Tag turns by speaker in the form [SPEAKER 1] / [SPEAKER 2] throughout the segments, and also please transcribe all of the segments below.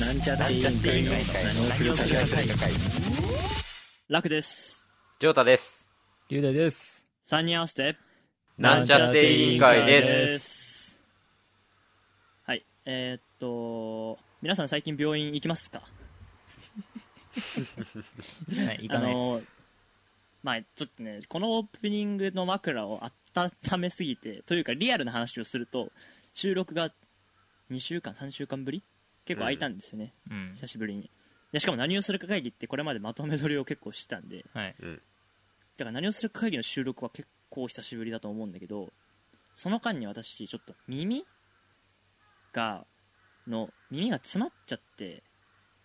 [SPEAKER 1] なんちゃって委員会の何をするか会楽です
[SPEAKER 2] ジョータです。
[SPEAKER 3] 龍大です。
[SPEAKER 1] 3人合わせて
[SPEAKER 2] なんちゃって委員会です。
[SPEAKER 1] すはいえーっと皆さん最近病院行きますか
[SPEAKER 3] はい、行
[SPEAKER 1] あ
[SPEAKER 3] かないで
[SPEAKER 1] のまあちょっとねこのオープニングの枕を温めすぎてというかリアルな話をすると収録が2週間3週間ぶり結構空いたんですよね、
[SPEAKER 3] す。うん。
[SPEAKER 1] 久しぶりにでしかも何をするか会議ってこれまでまとめ撮りを結構してたんで
[SPEAKER 3] はい。
[SPEAKER 1] だから何をするか会議の収録は結構久しぶりだと思うんだけどその間に私ちょっと耳がの耳が詰まっちゃって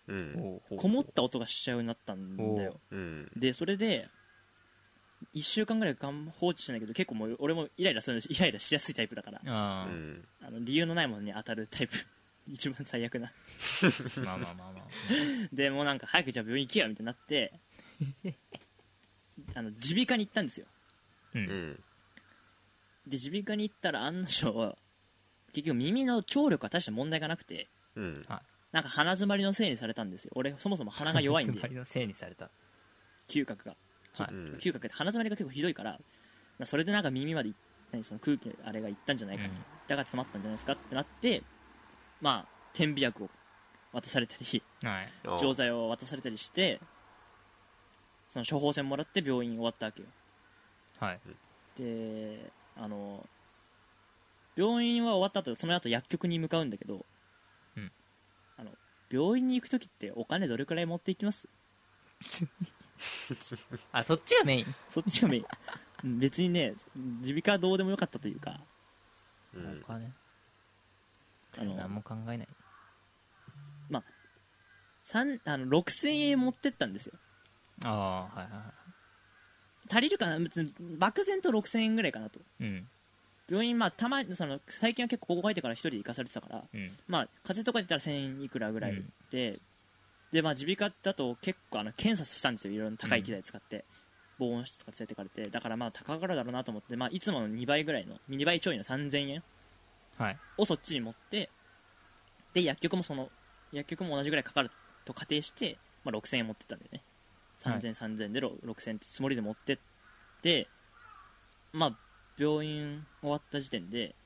[SPEAKER 2] うん。
[SPEAKER 3] おうほう
[SPEAKER 1] こもった音がしちゃうようになったんだよ
[SPEAKER 2] うん。
[SPEAKER 1] でそれで1週間ぐらいがん放置してんだけど結構もう俺もイライラするんですイライラしやすいタイプだから
[SPEAKER 2] う
[SPEAKER 3] あ
[SPEAKER 2] ん。
[SPEAKER 1] あの理由のないものに当たるタイプ 一番最悪な
[SPEAKER 3] あ、まあまあま あまあ。
[SPEAKER 1] でもうなんか早くじゃあ病院行けよみたいになって あの耳鼻科に行ったんですよ
[SPEAKER 3] う。
[SPEAKER 2] うんん。
[SPEAKER 1] で耳鼻科に行ったら案の定結局耳の聴力は大した問題がなくて
[SPEAKER 2] うん。
[SPEAKER 1] なんか鼻詰まりのせいにされたんですよ俺そもそも鼻が弱いん
[SPEAKER 3] つま
[SPEAKER 1] で
[SPEAKER 3] りのせいにされた。
[SPEAKER 1] 嗅覚が
[SPEAKER 3] はい
[SPEAKER 2] うん
[SPEAKER 1] 嗅覚って鼻詰まりが結構ひどいからまあそれでなんか耳まで何その空気のあれがいったんじゃないかと、
[SPEAKER 3] うん
[SPEAKER 1] だから詰まったんじゃないですかってなってまあ点鼻薬を渡されたり
[SPEAKER 3] はい。
[SPEAKER 1] 錠剤を渡されたりしてその処方箋もらって病院終わったわけよ
[SPEAKER 3] はい。
[SPEAKER 1] であの病院は終わった後その後薬局に向かうんだけど、
[SPEAKER 3] うん
[SPEAKER 1] あの病院に行く時ってお金どれくらい持っていきます
[SPEAKER 3] あ、そっちがメイン。
[SPEAKER 1] そっちがメインうん 別にね耳鼻科はどうでもよかったというか
[SPEAKER 2] うん
[SPEAKER 3] お金。
[SPEAKER 1] あの
[SPEAKER 3] 何も考えない。
[SPEAKER 1] 三あの6000円持ってったんですよ
[SPEAKER 3] ああ、はいは
[SPEAKER 1] 足りるかな別に漠然と6000円ぐらいかなと
[SPEAKER 3] い。うん。
[SPEAKER 1] 病院まあたまにその最近は結構ここ帰ってから一人で行かされてたから
[SPEAKER 3] うん。
[SPEAKER 1] まあ風邪とか出たら1000円いくらぐらいで、でまあ耳鼻科だと結構あの検査したんですよいろんな高い機材使って、防音室とか連れてかれてだからまあ高からだろうなと思って、まあ、いつもの2倍ぐらいの2倍ちょいの3000円
[SPEAKER 3] はい。
[SPEAKER 1] をそっちに持ってで薬局もその薬局も同じぐらいかかると仮定して、まあ、6000円持ってったんだよね
[SPEAKER 3] はい
[SPEAKER 1] 3000、3000でろ6000ってつもりで持ってってまあ病院終わった時点で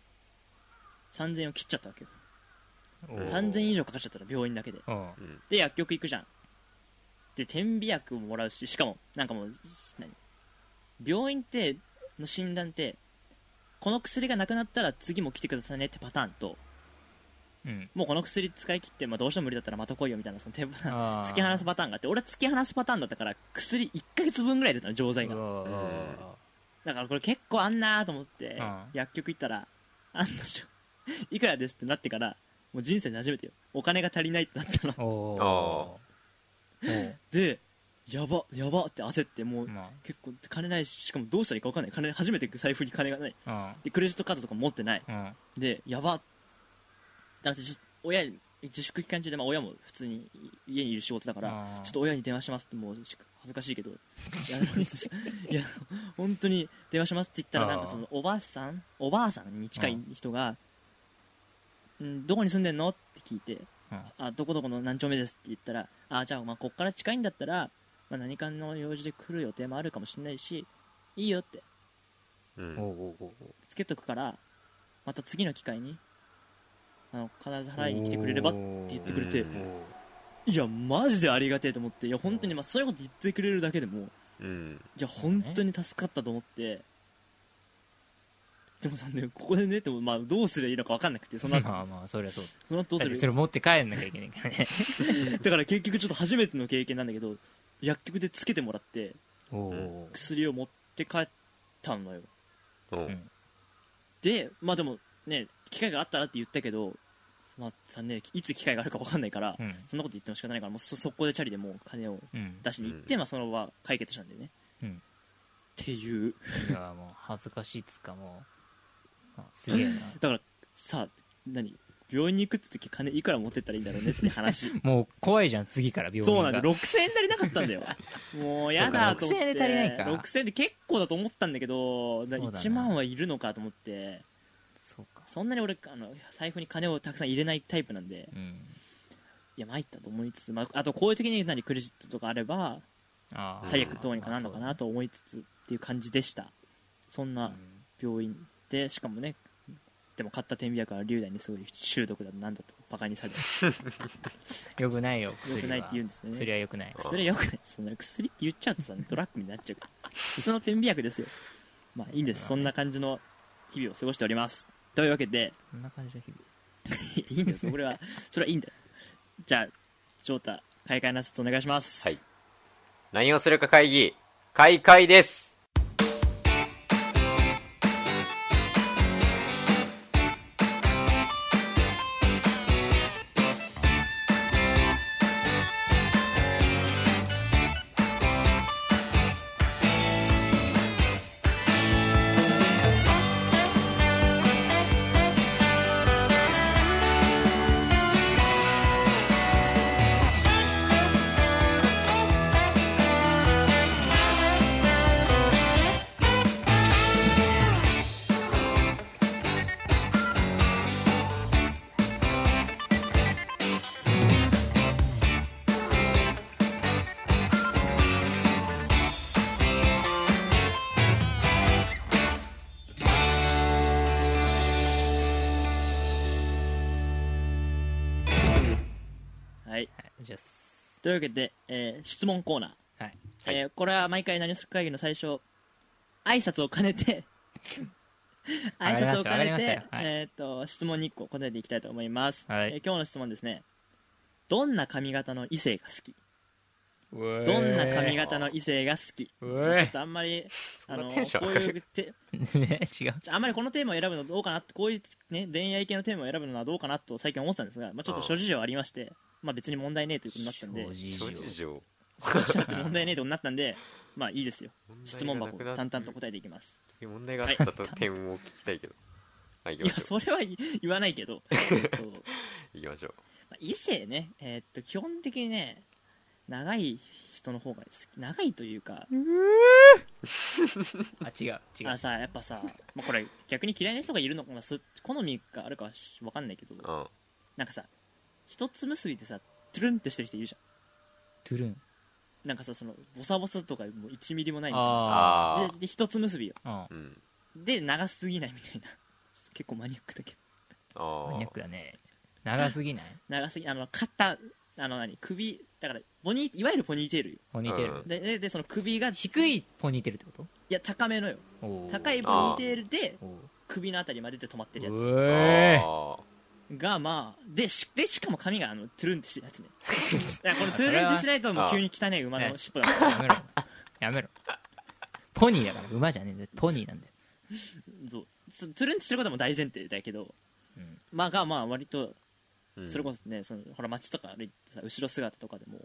[SPEAKER 1] 3000円を切っちゃったわけよ
[SPEAKER 3] お
[SPEAKER 2] う
[SPEAKER 3] う
[SPEAKER 1] 3000円以上かかっちゃったら病院だけで
[SPEAKER 3] おう
[SPEAKER 1] で薬局行くじゃんで点鼻薬ももらうししかもなんかもうす何病院っての診断ってこの薬がなくなったら次も来てくださいねってパターンと
[SPEAKER 3] うん。
[SPEAKER 1] もうこの薬使い切って、まあ、どうしても無理だったらまた来いよみたいなその手放
[SPEAKER 3] あ
[SPEAKER 1] 突き放すパターンがあって俺は突き放すパターンだったから薬1ヶ月分ぐらい出たの錠剤
[SPEAKER 3] う
[SPEAKER 1] が
[SPEAKER 3] わ
[SPEAKER 2] うん
[SPEAKER 1] だからこれ結構あんなーと思って、
[SPEAKER 3] うん
[SPEAKER 1] 薬局行ったらあんのしょいくらですってなってからもう人生で初めてよお金が足りないってなったの
[SPEAKER 3] おお
[SPEAKER 2] あー
[SPEAKER 1] でやばやばって焦っても
[SPEAKER 3] お
[SPEAKER 1] う
[SPEAKER 3] ま
[SPEAKER 1] 結構金ないししかもどうしたらいいか分かんない金初めて財布に金がない
[SPEAKER 3] あ、
[SPEAKER 1] でクレジットカードとかも持ってない
[SPEAKER 3] うん。うん。
[SPEAKER 1] でやばだってじ親に自粛期間中で、まあ、親も普通に家にいる仕事だから
[SPEAKER 3] あー
[SPEAKER 1] ちょっと親に電話しますってもうし恥ずかしいけどいやあのいや本当に電話しますって言ったらなんかそのおばあさんおばあさんに近い人が「うんどこに住んでんの?」って聞いて
[SPEAKER 3] うん
[SPEAKER 1] 「あどこどこの何丁目です」って言ったら「あじゃあまあこっから近いんだったら、まあ、何かの用事で来る予定もあるかもしれないしいいよ」って
[SPEAKER 2] うん
[SPEAKER 3] おうおうおうおう
[SPEAKER 1] つけとくからまた次の機会にあの必ず払いに来てくれればって言ってくれて
[SPEAKER 2] おー
[SPEAKER 3] おう
[SPEAKER 1] いやマジでありがてえと思っていや本当にまあそういうこと言ってくれるだけでも
[SPEAKER 2] うん。
[SPEAKER 1] いや本当に助かったと思ってでもさねここでねでもまあどうすればいいのか分かんなくてその
[SPEAKER 3] ま
[SPEAKER 1] 後
[SPEAKER 3] あまあ、そりゃそうだ。
[SPEAKER 1] その後どう
[SPEAKER 3] だ
[SPEAKER 1] す
[SPEAKER 3] って
[SPEAKER 1] る
[SPEAKER 3] それ持って帰んなきゃいけないからね。
[SPEAKER 1] だから結局ちょっと初めての経験なんだけど薬局でつけてもらって
[SPEAKER 3] おうおうおう
[SPEAKER 1] 薬を持って帰ったのよ
[SPEAKER 2] おー
[SPEAKER 1] でまあでもね機会があったらって言ったけどまあさねいつ機会があるか分かんないから、
[SPEAKER 3] うん。
[SPEAKER 1] そんなこと言っても仕方ないからもうそ速攻でチャリでもう金を
[SPEAKER 3] うん。
[SPEAKER 1] 出しに行って、まあ、その場は解決したんだよね、
[SPEAKER 3] うん
[SPEAKER 1] っていう
[SPEAKER 3] いやもう恥ずかしいっつうかもうあすげえな
[SPEAKER 1] だからさ何病院に行くって時金いくら持ってったらいいんだろうねって 話
[SPEAKER 3] もう怖いじゃん次から病院が
[SPEAKER 1] そうなんだ6000円足りなかったんだ よもうやだと思って
[SPEAKER 3] そうか6000円で足りないか
[SPEAKER 1] 6000円で結構だと思ったんだけどだ
[SPEAKER 3] そうだな
[SPEAKER 1] 1万はいるのかと思って
[SPEAKER 3] そうか
[SPEAKER 1] そんなに俺あの財布に金をたくさん入れないタイプなんで
[SPEAKER 3] うん
[SPEAKER 1] いいや参ったと思いつつ、まあ、あとこういう時に何クレジットとかあれば
[SPEAKER 3] あー
[SPEAKER 1] 最悪どうにかなんのかなと思いつつっていう感じでしたそん
[SPEAKER 3] まあ
[SPEAKER 1] な病院でしかもねでも買った点鼻薬は龍大にすごい中毒だなんだとバカにされて
[SPEAKER 3] そううんよくないよ薬
[SPEAKER 1] よくな
[SPEAKER 3] は
[SPEAKER 1] いって言うんですね
[SPEAKER 3] 薬はよくない
[SPEAKER 1] 薬はよくないそんな薬って言っちゃうとさドラッグになっちゃうからその点鼻薬ですよまあいいんですそんな感じの日々を過ごしておりますというわけで
[SPEAKER 3] こんな感じの日々
[SPEAKER 1] いやいいんですよ、これは、それはいいんだよ。じゃあ、翔太、開会の説お願いします。
[SPEAKER 2] はい何をするか会議、開会です。
[SPEAKER 1] はい。
[SPEAKER 3] はいじゃあす
[SPEAKER 1] というわけで、えー質問コーナ
[SPEAKER 3] はい
[SPEAKER 1] ー。えーこれは毎回何をするか会議の最初、挨拶を兼ねて、挨拶を兼ね
[SPEAKER 3] わかりました
[SPEAKER 1] て
[SPEAKER 3] よ、はい
[SPEAKER 1] えっ、と、質問に1個答えていきたいと思います。
[SPEAKER 3] はい
[SPEAKER 1] えー今日の質問ですね。どんな髪型の異性が好き、ど
[SPEAKER 3] ど
[SPEAKER 1] んな髪型の異性が好き、
[SPEAKER 3] う
[SPEAKER 1] ちょ
[SPEAKER 3] え
[SPEAKER 1] っとあんまり、あの、
[SPEAKER 2] そんなテンション
[SPEAKER 1] こう
[SPEAKER 2] 上がる
[SPEAKER 1] いうて
[SPEAKER 3] ね 違う
[SPEAKER 1] あんまりこのテーマを選ぶのどうかなこういう、ね、恋愛系のテーマを選ぶのはどうかなと最近思ってたんですが、まあ、ちょっと諸事情ありまして、まあ、別に問題ねえということになったんで
[SPEAKER 3] 小 事
[SPEAKER 2] 諸事
[SPEAKER 3] 情
[SPEAKER 2] 情。
[SPEAKER 1] 問題ねえということになったんでまあいいですよ質問箱
[SPEAKER 2] 問題がなくなっ
[SPEAKER 1] 淡々と答えていきます
[SPEAKER 2] 問題があったと点を聞きたいけど。はい、
[SPEAKER 1] い
[SPEAKER 2] 行き
[SPEAKER 1] や
[SPEAKER 2] ましょ
[SPEAKER 1] それは言わないけ ど、えっとま
[SPEAKER 2] う。行きましょう。
[SPEAKER 1] あ異性ね、えーっと基本的にね長い人の方が好き長いというか
[SPEAKER 3] あ違う違
[SPEAKER 1] あ
[SPEAKER 3] う
[SPEAKER 1] さやっぱさ、まあ、これ逆に嫌いな人がいるのか、まあ、そ好みがあるかは分かんないけど
[SPEAKER 2] うん。
[SPEAKER 1] なんかさ一つ結びでさトゥルンってしてる人いるじゃん
[SPEAKER 3] トゥルン
[SPEAKER 1] なんかさそのボサボサとかもう1ミリもないみたいな
[SPEAKER 3] あ
[SPEAKER 2] あ
[SPEAKER 1] でで一つ結びよ
[SPEAKER 2] あ。
[SPEAKER 3] あ
[SPEAKER 2] うん。
[SPEAKER 1] で長すぎないみたいな 結構マニアックだけど
[SPEAKER 2] ああ。
[SPEAKER 3] マニアックだね長すぎない
[SPEAKER 1] 長すぎあの肩あの何首だからボニーいわゆるポニーテールよ
[SPEAKER 3] ポニーテー
[SPEAKER 2] う
[SPEAKER 3] ル
[SPEAKER 2] ん
[SPEAKER 1] でででその首がい
[SPEAKER 3] 低いポニーテールってこ
[SPEAKER 1] や高めのよ
[SPEAKER 3] とおー
[SPEAKER 1] 高いポニーテールで
[SPEAKER 3] おー
[SPEAKER 1] 首のあたりまでで止まってるや
[SPEAKER 3] う
[SPEAKER 1] つ
[SPEAKER 3] え
[SPEAKER 2] ああ。
[SPEAKER 1] がまあでしでしかも髪があのトゥルンってしてるやつ ねいやこのトゥルンってしないともう急に汚い馬の尻尾だから
[SPEAKER 3] やめろやめろポニーだから馬じゃねえんだよポニーなんだよ、
[SPEAKER 1] そうそトゥルンってしてることも大前提だけど
[SPEAKER 3] うん
[SPEAKER 1] まあがまあ割とそれこ
[SPEAKER 2] そ。
[SPEAKER 1] そねそのほら街とか歩いてさ後ろ姿とかでも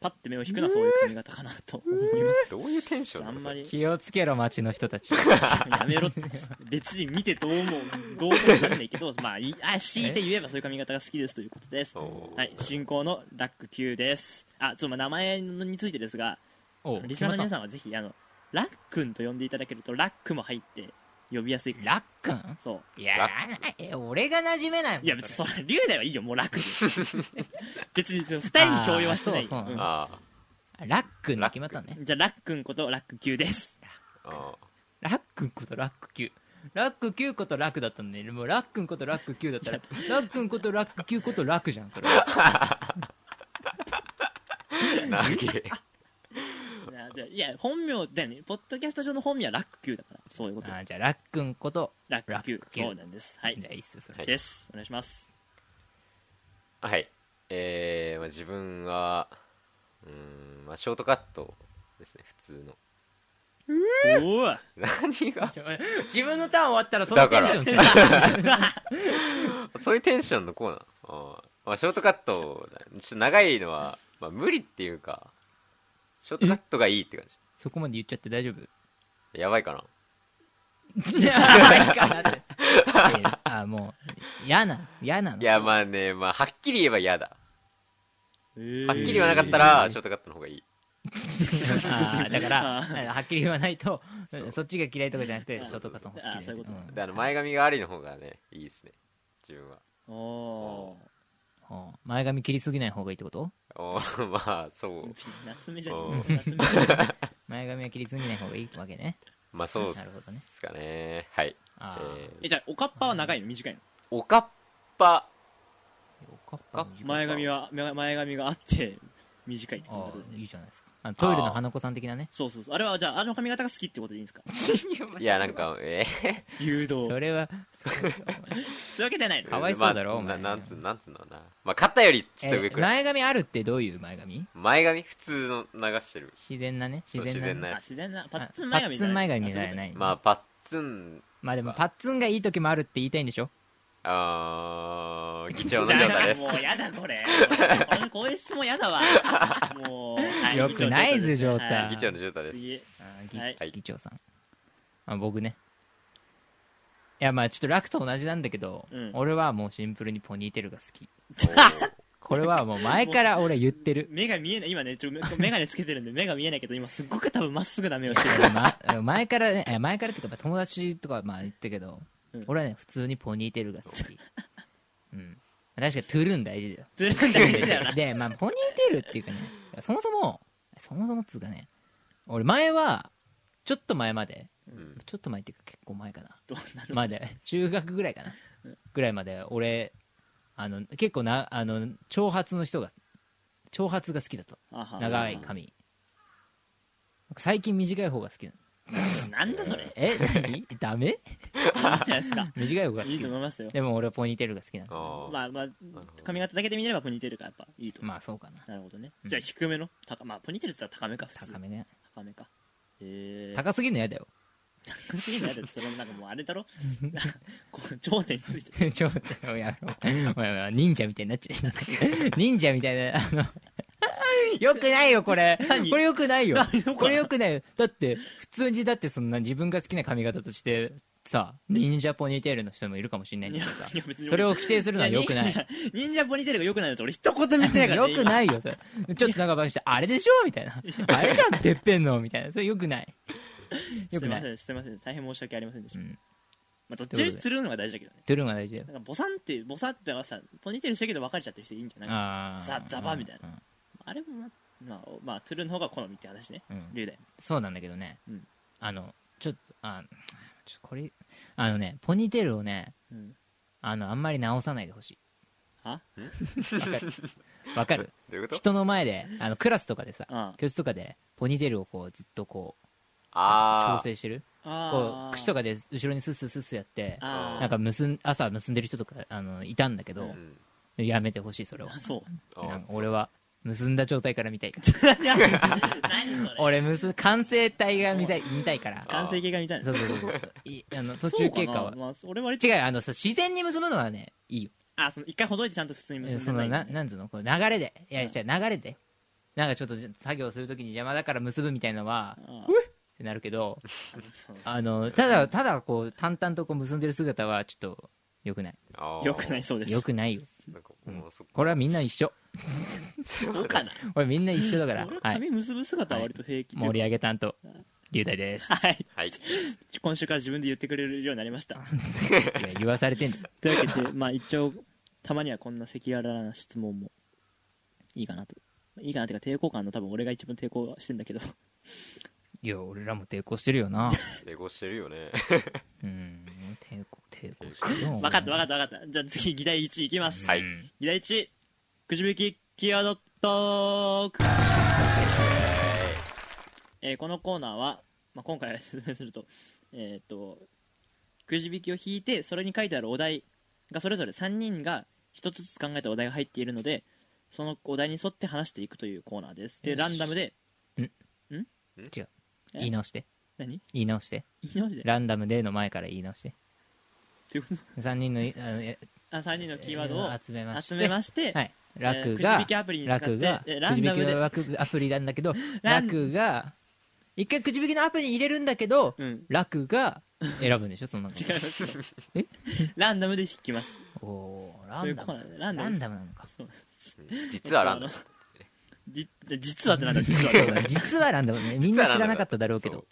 [SPEAKER 1] パッて目を引くのはそういう髪型かなと思います
[SPEAKER 2] どういうテンション
[SPEAKER 1] あ
[SPEAKER 2] なの
[SPEAKER 1] んまり
[SPEAKER 3] 気をつけろ街の人た ち
[SPEAKER 1] やめろって別に見てどう思うどう思うかんないけ どまあいあ強いて言えばそういう髪型が好きですということです
[SPEAKER 2] それおー
[SPEAKER 1] はい進行のラック Q ですあちょっとまあ名前についてですが
[SPEAKER 3] おう
[SPEAKER 1] リスナーの皆
[SPEAKER 3] 決
[SPEAKER 1] さ
[SPEAKER 3] ま
[SPEAKER 1] んはぜひあのラックンと呼んでいただけるとラックも入って呼びやすい
[SPEAKER 3] ったラックン
[SPEAKER 1] そう
[SPEAKER 3] いや
[SPEAKER 2] ラ
[SPEAKER 3] え俺が馴染めないもん
[SPEAKER 1] いや別に
[SPEAKER 3] そ
[SPEAKER 1] そ
[SPEAKER 3] れ
[SPEAKER 1] れ龍大はいいよもうラックで 別に2人に共有はしてない
[SPEAKER 3] あーそうそう
[SPEAKER 1] うん
[SPEAKER 2] あ
[SPEAKER 3] ラックンに決まったのね
[SPEAKER 1] じゃあラックンことラック Q です
[SPEAKER 2] あ。あ
[SPEAKER 3] ラックンことラック9ラック9ことラクだったのねもうラックンことラック9だっ たらラックンことラック9ことラクじゃんそれ
[SPEAKER 2] あ。なげ。
[SPEAKER 1] いやでいや本名だよねポッドキャスト上の本名はラック Q だからそういうこと
[SPEAKER 3] あーじゃあラックンこと
[SPEAKER 1] ラック Q
[SPEAKER 3] ラック Q
[SPEAKER 1] そうなんですはい
[SPEAKER 3] じゃあいいっすよそれ、
[SPEAKER 2] はい
[SPEAKER 1] ですお願いします
[SPEAKER 2] はい。えー、まあ自分は、うーん、まあショートカットですね、普通の。
[SPEAKER 1] おお
[SPEAKER 2] 何が
[SPEAKER 3] 自分のターン終わったらそ
[SPEAKER 2] だ
[SPEAKER 3] の
[SPEAKER 2] か
[SPEAKER 3] テ
[SPEAKER 2] ら
[SPEAKER 3] ンションじゃん
[SPEAKER 2] そういうテンションのコーナー。あーまあ、ショートカットだ、ちょっと長いのは、まあ、無理っていうか、ショートカットがいいって感
[SPEAKER 3] そこまで言っちゃって大丈夫
[SPEAKER 2] じ。やばいかな。
[SPEAKER 3] あもう嫌な嫌なの
[SPEAKER 2] いや、まあね、まあ、はっきり言えば嫌だ。は
[SPEAKER 1] は
[SPEAKER 2] っきり言わなかったら、ショートカットの方がいい。
[SPEAKER 3] あーだから
[SPEAKER 1] あ
[SPEAKER 3] はっきり言わないと
[SPEAKER 2] そう
[SPEAKER 3] そっちが嫌いとかじゃなくてショートカットの方が好き
[SPEAKER 1] あーそういうこと
[SPEAKER 3] ん
[SPEAKER 2] で、あの、前髪がありの方がね、いいですね。自分は。
[SPEAKER 1] おお
[SPEAKER 3] うん前髪切りすぎない方がいいってこと
[SPEAKER 2] おー まあそう
[SPEAKER 1] 夏目じゃん
[SPEAKER 2] うん
[SPEAKER 1] 夏目じゃん
[SPEAKER 3] 前髪は切りすぎない方がいいわけね
[SPEAKER 2] まあそうっ
[SPEAKER 3] なるほどね
[SPEAKER 2] すかねはい
[SPEAKER 3] ああ、
[SPEAKER 2] えー
[SPEAKER 1] えじゃあおかっぱは長いの短いの
[SPEAKER 2] おかっぱ
[SPEAKER 3] おかっぱも短い
[SPEAKER 1] 前髪は前前髪があって短いって
[SPEAKER 3] あ
[SPEAKER 1] ことだよ
[SPEAKER 3] あい
[SPEAKER 1] ね
[SPEAKER 3] いじゃないですかあのトイレの花子さん的なね
[SPEAKER 1] そうそうそうあれはじゃああの髪型が好きってことでいいんですか
[SPEAKER 2] いやなんかえ
[SPEAKER 1] 誘導
[SPEAKER 3] それはそれは
[SPEAKER 1] そういうわけじゃない
[SPEAKER 2] ー
[SPEAKER 1] の
[SPEAKER 3] かわいそうだろお
[SPEAKER 2] まあ
[SPEAKER 3] 前
[SPEAKER 2] ななんつうなんつうのかなまあ肩より ちょっと上
[SPEAKER 3] え
[SPEAKER 2] くらい
[SPEAKER 3] 前髪あるってどういう前髪
[SPEAKER 2] 前髪普通の流してる
[SPEAKER 3] 自然なね
[SPEAKER 2] そう
[SPEAKER 3] 自然なね
[SPEAKER 2] 自然な
[SPEAKER 1] あ自然な
[SPEAKER 2] やつ
[SPEAKER 1] パ
[SPEAKER 3] あ
[SPEAKER 1] ッツン前髪
[SPEAKER 3] パッツン前髪みた
[SPEAKER 1] あそう
[SPEAKER 3] い
[SPEAKER 1] うこと
[SPEAKER 3] な
[SPEAKER 1] ね
[SPEAKER 3] い
[SPEAKER 2] まあパッツン
[SPEAKER 3] まあでもパッツンがいい時もあるって言いたいんでしょ
[SPEAKER 2] あー議長の状態で す
[SPEAKER 1] もうやだこれ。俺こういう質問やだ わ。もう、はい
[SPEAKER 3] よくないぜ
[SPEAKER 1] 議長の
[SPEAKER 3] 状態
[SPEAKER 1] はい
[SPEAKER 2] 議長の状態です
[SPEAKER 1] 次。
[SPEAKER 3] ぎ
[SPEAKER 1] はい
[SPEAKER 3] 議長さん、あ、僕ねいやまあちょっと楽と同じなんだけど、
[SPEAKER 1] うん
[SPEAKER 3] 俺はもうシンプルにポニーテールが好 き
[SPEAKER 2] おー
[SPEAKER 3] これはもう前から俺言ってる
[SPEAKER 1] 目が見えない、今ね、ちょめ眼鏡つけてるんで目が見えないけど、今すっごく多分まっすぐな目をしてる。
[SPEAKER 3] ま、 前からねえ前からっていうかまあ友達とかまあ言ったけど、
[SPEAKER 1] うん
[SPEAKER 3] 俺はね普通にポニーテールが好きうん確かにトゥルン大事だよ
[SPEAKER 1] ずるんだけだよな。
[SPEAKER 3] でまあポニーテールっていうかねそもそもそもそもっつうかね俺前はちょっと前まで
[SPEAKER 2] うん
[SPEAKER 3] ちょっと前っていうか結構前かな
[SPEAKER 1] どうなる
[SPEAKER 3] まで中学ぐらいかなぐらいまで俺あの結構なあの長髪の人が長髪が好きだと
[SPEAKER 1] あは
[SPEAKER 3] 長い髪最近短い方が好きなの
[SPEAKER 1] なんだそれ。いい
[SPEAKER 3] え 何ダ
[SPEAKER 1] じ
[SPEAKER 3] メ
[SPEAKER 1] ゃないですか。
[SPEAKER 3] 短い方が好
[SPEAKER 1] い
[SPEAKER 3] き
[SPEAKER 1] いと思いますよ。
[SPEAKER 3] でも俺はポニーテールが好きな
[SPEAKER 2] あ
[SPEAKER 3] の
[SPEAKER 2] ー
[SPEAKER 1] まあまあ、髪型だけで見ればポニーテールがやっぱいいと。
[SPEAKER 3] まあそうかな
[SPEAKER 1] なるほどね。
[SPEAKER 3] うん
[SPEAKER 1] じゃあ低めの高まあポニーテールって言ったら高めか、普通
[SPEAKER 3] 高。めね
[SPEAKER 1] 高めか。へえ。
[SPEAKER 3] 高すぎるの嫌だよ
[SPEAKER 1] 高すぎるのやだってそれもなんかもうあれだろこう頂点について
[SPEAKER 3] ちょっとやめろおやめろ忍者みたいになっちゃう忍者みたい なあの よくないよこれ
[SPEAKER 1] 何
[SPEAKER 3] これよくないよ
[SPEAKER 1] 何どこなの
[SPEAKER 3] これよくないよだって普通にだってそんな自分が好きな髪型としてさ忍者ポニーテールの人もいるかもしれないんだからさ
[SPEAKER 1] いや別に
[SPEAKER 3] それを否定するのはよくない
[SPEAKER 1] や忍者ポニーテールがよくないのって俺一言見てない から
[SPEAKER 3] よくないよそれちょっと長場してあれでしょみたいなあれじゃんてっぺんのみたいなそれよくないよ
[SPEAKER 1] よ
[SPEAKER 3] く
[SPEAKER 1] くな
[SPEAKER 3] ないい
[SPEAKER 1] すいませんすいません大変申し訳ありませんでし
[SPEAKER 3] う
[SPEAKER 1] た、
[SPEAKER 3] ん
[SPEAKER 1] まあ、どっちみちするのが大事だけどね
[SPEAKER 3] トゥルンが大事だよ
[SPEAKER 1] なんかボサンってボサってはさポニーテールしてるけど別れちゃってる人いいんじゃないあ
[SPEAKER 3] あー
[SPEAKER 1] ザザバみたいな
[SPEAKER 3] うんうん
[SPEAKER 1] れもまあまあ、まあ、トゥルーの方が好みって話ね
[SPEAKER 3] うん
[SPEAKER 1] 龍大
[SPEAKER 3] そうなんだけどね、
[SPEAKER 1] うん
[SPEAKER 3] あのちょっとあちょっとこれあのねポニーテールをね
[SPEAKER 1] うん
[SPEAKER 3] あのあんまり直さないでほしい
[SPEAKER 1] は
[SPEAKER 3] わかるわ かる
[SPEAKER 2] どういうこと
[SPEAKER 3] 人の前であのクラスとかでさ
[SPEAKER 1] あ
[SPEAKER 3] 教室とかでポニーテールをこうずっとこう
[SPEAKER 2] あ
[SPEAKER 3] 調整してるこ
[SPEAKER 1] あ
[SPEAKER 3] う櫛と
[SPEAKER 1] か
[SPEAKER 3] かで後ろにスッスッスッスッやって
[SPEAKER 1] あー
[SPEAKER 3] なんか結ん朝結んでる人とかあのいたんだけど、
[SPEAKER 1] う
[SPEAKER 2] ーうん
[SPEAKER 3] やめてほしいそれは
[SPEAKER 1] あ そう
[SPEAKER 2] あー
[SPEAKER 3] なんか俺は結んだ状態から見 たい
[SPEAKER 1] 何それ
[SPEAKER 3] 俺結ん完成体が見たい見たいから
[SPEAKER 1] 完成形が見たいな
[SPEAKER 3] そうそうそうそういあの途中経
[SPEAKER 1] そ
[SPEAKER 3] 過
[SPEAKER 1] うか
[SPEAKER 3] は
[SPEAKER 1] なまあ、俺割と
[SPEAKER 3] 違うよあのさ自然に結ぶのはねいいよ
[SPEAKER 1] あその一回ほどいてちゃんと普通に結んで
[SPEAKER 3] その
[SPEAKER 1] いと
[SPEAKER 3] な
[SPEAKER 1] ね
[SPEAKER 3] なんつうのこう流れでいや
[SPEAKER 1] う
[SPEAKER 3] 違
[SPEAKER 1] ん
[SPEAKER 3] う流れでなんかちょっと作業するときに邪魔だから結ぶみたいのはっ
[SPEAKER 1] あ
[SPEAKER 3] てなるけど
[SPEAKER 1] あ
[SPEAKER 3] あのただただこう淡々とこう結んでる姿はちょっとよくない
[SPEAKER 2] あー
[SPEAKER 1] よくないそうです。
[SPEAKER 3] よくないよ
[SPEAKER 2] なんかもうそっ
[SPEAKER 3] これはみんな一緒
[SPEAKER 1] そうかな。
[SPEAKER 3] これみんな一緒だか
[SPEAKER 1] 俺
[SPEAKER 3] ら
[SPEAKER 1] は
[SPEAKER 3] はい
[SPEAKER 1] 髪結ぶ姿は割と平気というか
[SPEAKER 3] 盛り上げ担当龍大です
[SPEAKER 1] はい。
[SPEAKER 2] はい
[SPEAKER 1] 今週から自分で言ってくれるようになりました。
[SPEAKER 3] 違う言わされてんだ
[SPEAKER 1] というわけで、ま あ一応、たまにはこんな赤裸々な質問もいいかなと。いいかなっていうか抵抗感の多分俺が一番抵抗してんだけど。
[SPEAKER 3] いや俺らも抵抗してるよな
[SPEAKER 2] レゴしてるよね
[SPEAKER 3] うん抵抗抵抗してるよ
[SPEAKER 1] 分かった分かった分かった。じゃあ次、議題1いきます。
[SPEAKER 2] はい
[SPEAKER 3] うん
[SPEAKER 1] 議題1、くじ引きキーワードトークえーこのコーナーは、まあ、今回は説明すると,、えーっとくじ引きを引いてそれに書いてあるお題がそれぞれ3人が1つずつ考えたお題が入っているのでそのお題に沿って話していくというコーナーですで
[SPEAKER 3] よし
[SPEAKER 1] ランダムで
[SPEAKER 3] 言い直して
[SPEAKER 1] 何
[SPEAKER 3] 言い直して
[SPEAKER 1] 言い直して
[SPEAKER 3] ランダムでの前から言い直して
[SPEAKER 1] ということ
[SPEAKER 3] 3人のあのえ
[SPEAKER 1] あ3人のキーワード
[SPEAKER 3] え
[SPEAKER 1] を
[SPEAKER 3] 集めまして
[SPEAKER 1] 集めまして、
[SPEAKER 3] はい楽
[SPEAKER 1] えーくじ
[SPEAKER 3] が
[SPEAKER 1] 引きアプリに使って
[SPEAKER 3] 楽が
[SPEAKER 1] えー
[SPEAKER 3] くじ引きの
[SPEAKER 1] ラ
[SPEAKER 3] 楽アプリなんだけど
[SPEAKER 1] ラン
[SPEAKER 3] 楽が一回くじ引きのアプリに入れるんだけど
[SPEAKER 1] うん
[SPEAKER 3] 楽が選ぶんでしょそんなの
[SPEAKER 1] 違いますよ ランダムで引きます
[SPEAKER 3] おーラ
[SPEAKER 1] そういう
[SPEAKER 3] ン
[SPEAKER 1] コ
[SPEAKER 3] ダ
[SPEAKER 1] ーナ
[SPEAKER 3] ム
[SPEAKER 1] ーランダ
[SPEAKER 3] ラ
[SPEAKER 1] ムで
[SPEAKER 3] ン
[SPEAKER 1] す
[SPEAKER 3] ダムなのか
[SPEAKER 1] そう
[SPEAKER 2] 実はランダム
[SPEAKER 1] じ実はってなんだろう実は
[SPEAKER 3] そうだね実はランダムねみんな知らなかっただろうけ
[SPEAKER 2] そ
[SPEAKER 3] ど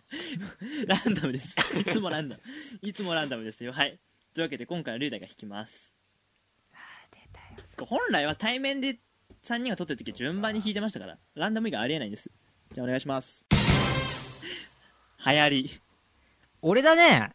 [SPEAKER 1] ランダムです。いつもランダム。いつもランダムですよ。はい。というわけで今回はリュウダイが引きます。
[SPEAKER 3] あー出たよそ
[SPEAKER 1] 本来は対面で3人が撮ってる時は順番に弾いてましたからランダム以外ありえないんですじゃあお願いし ます流行り
[SPEAKER 3] 俺 だね、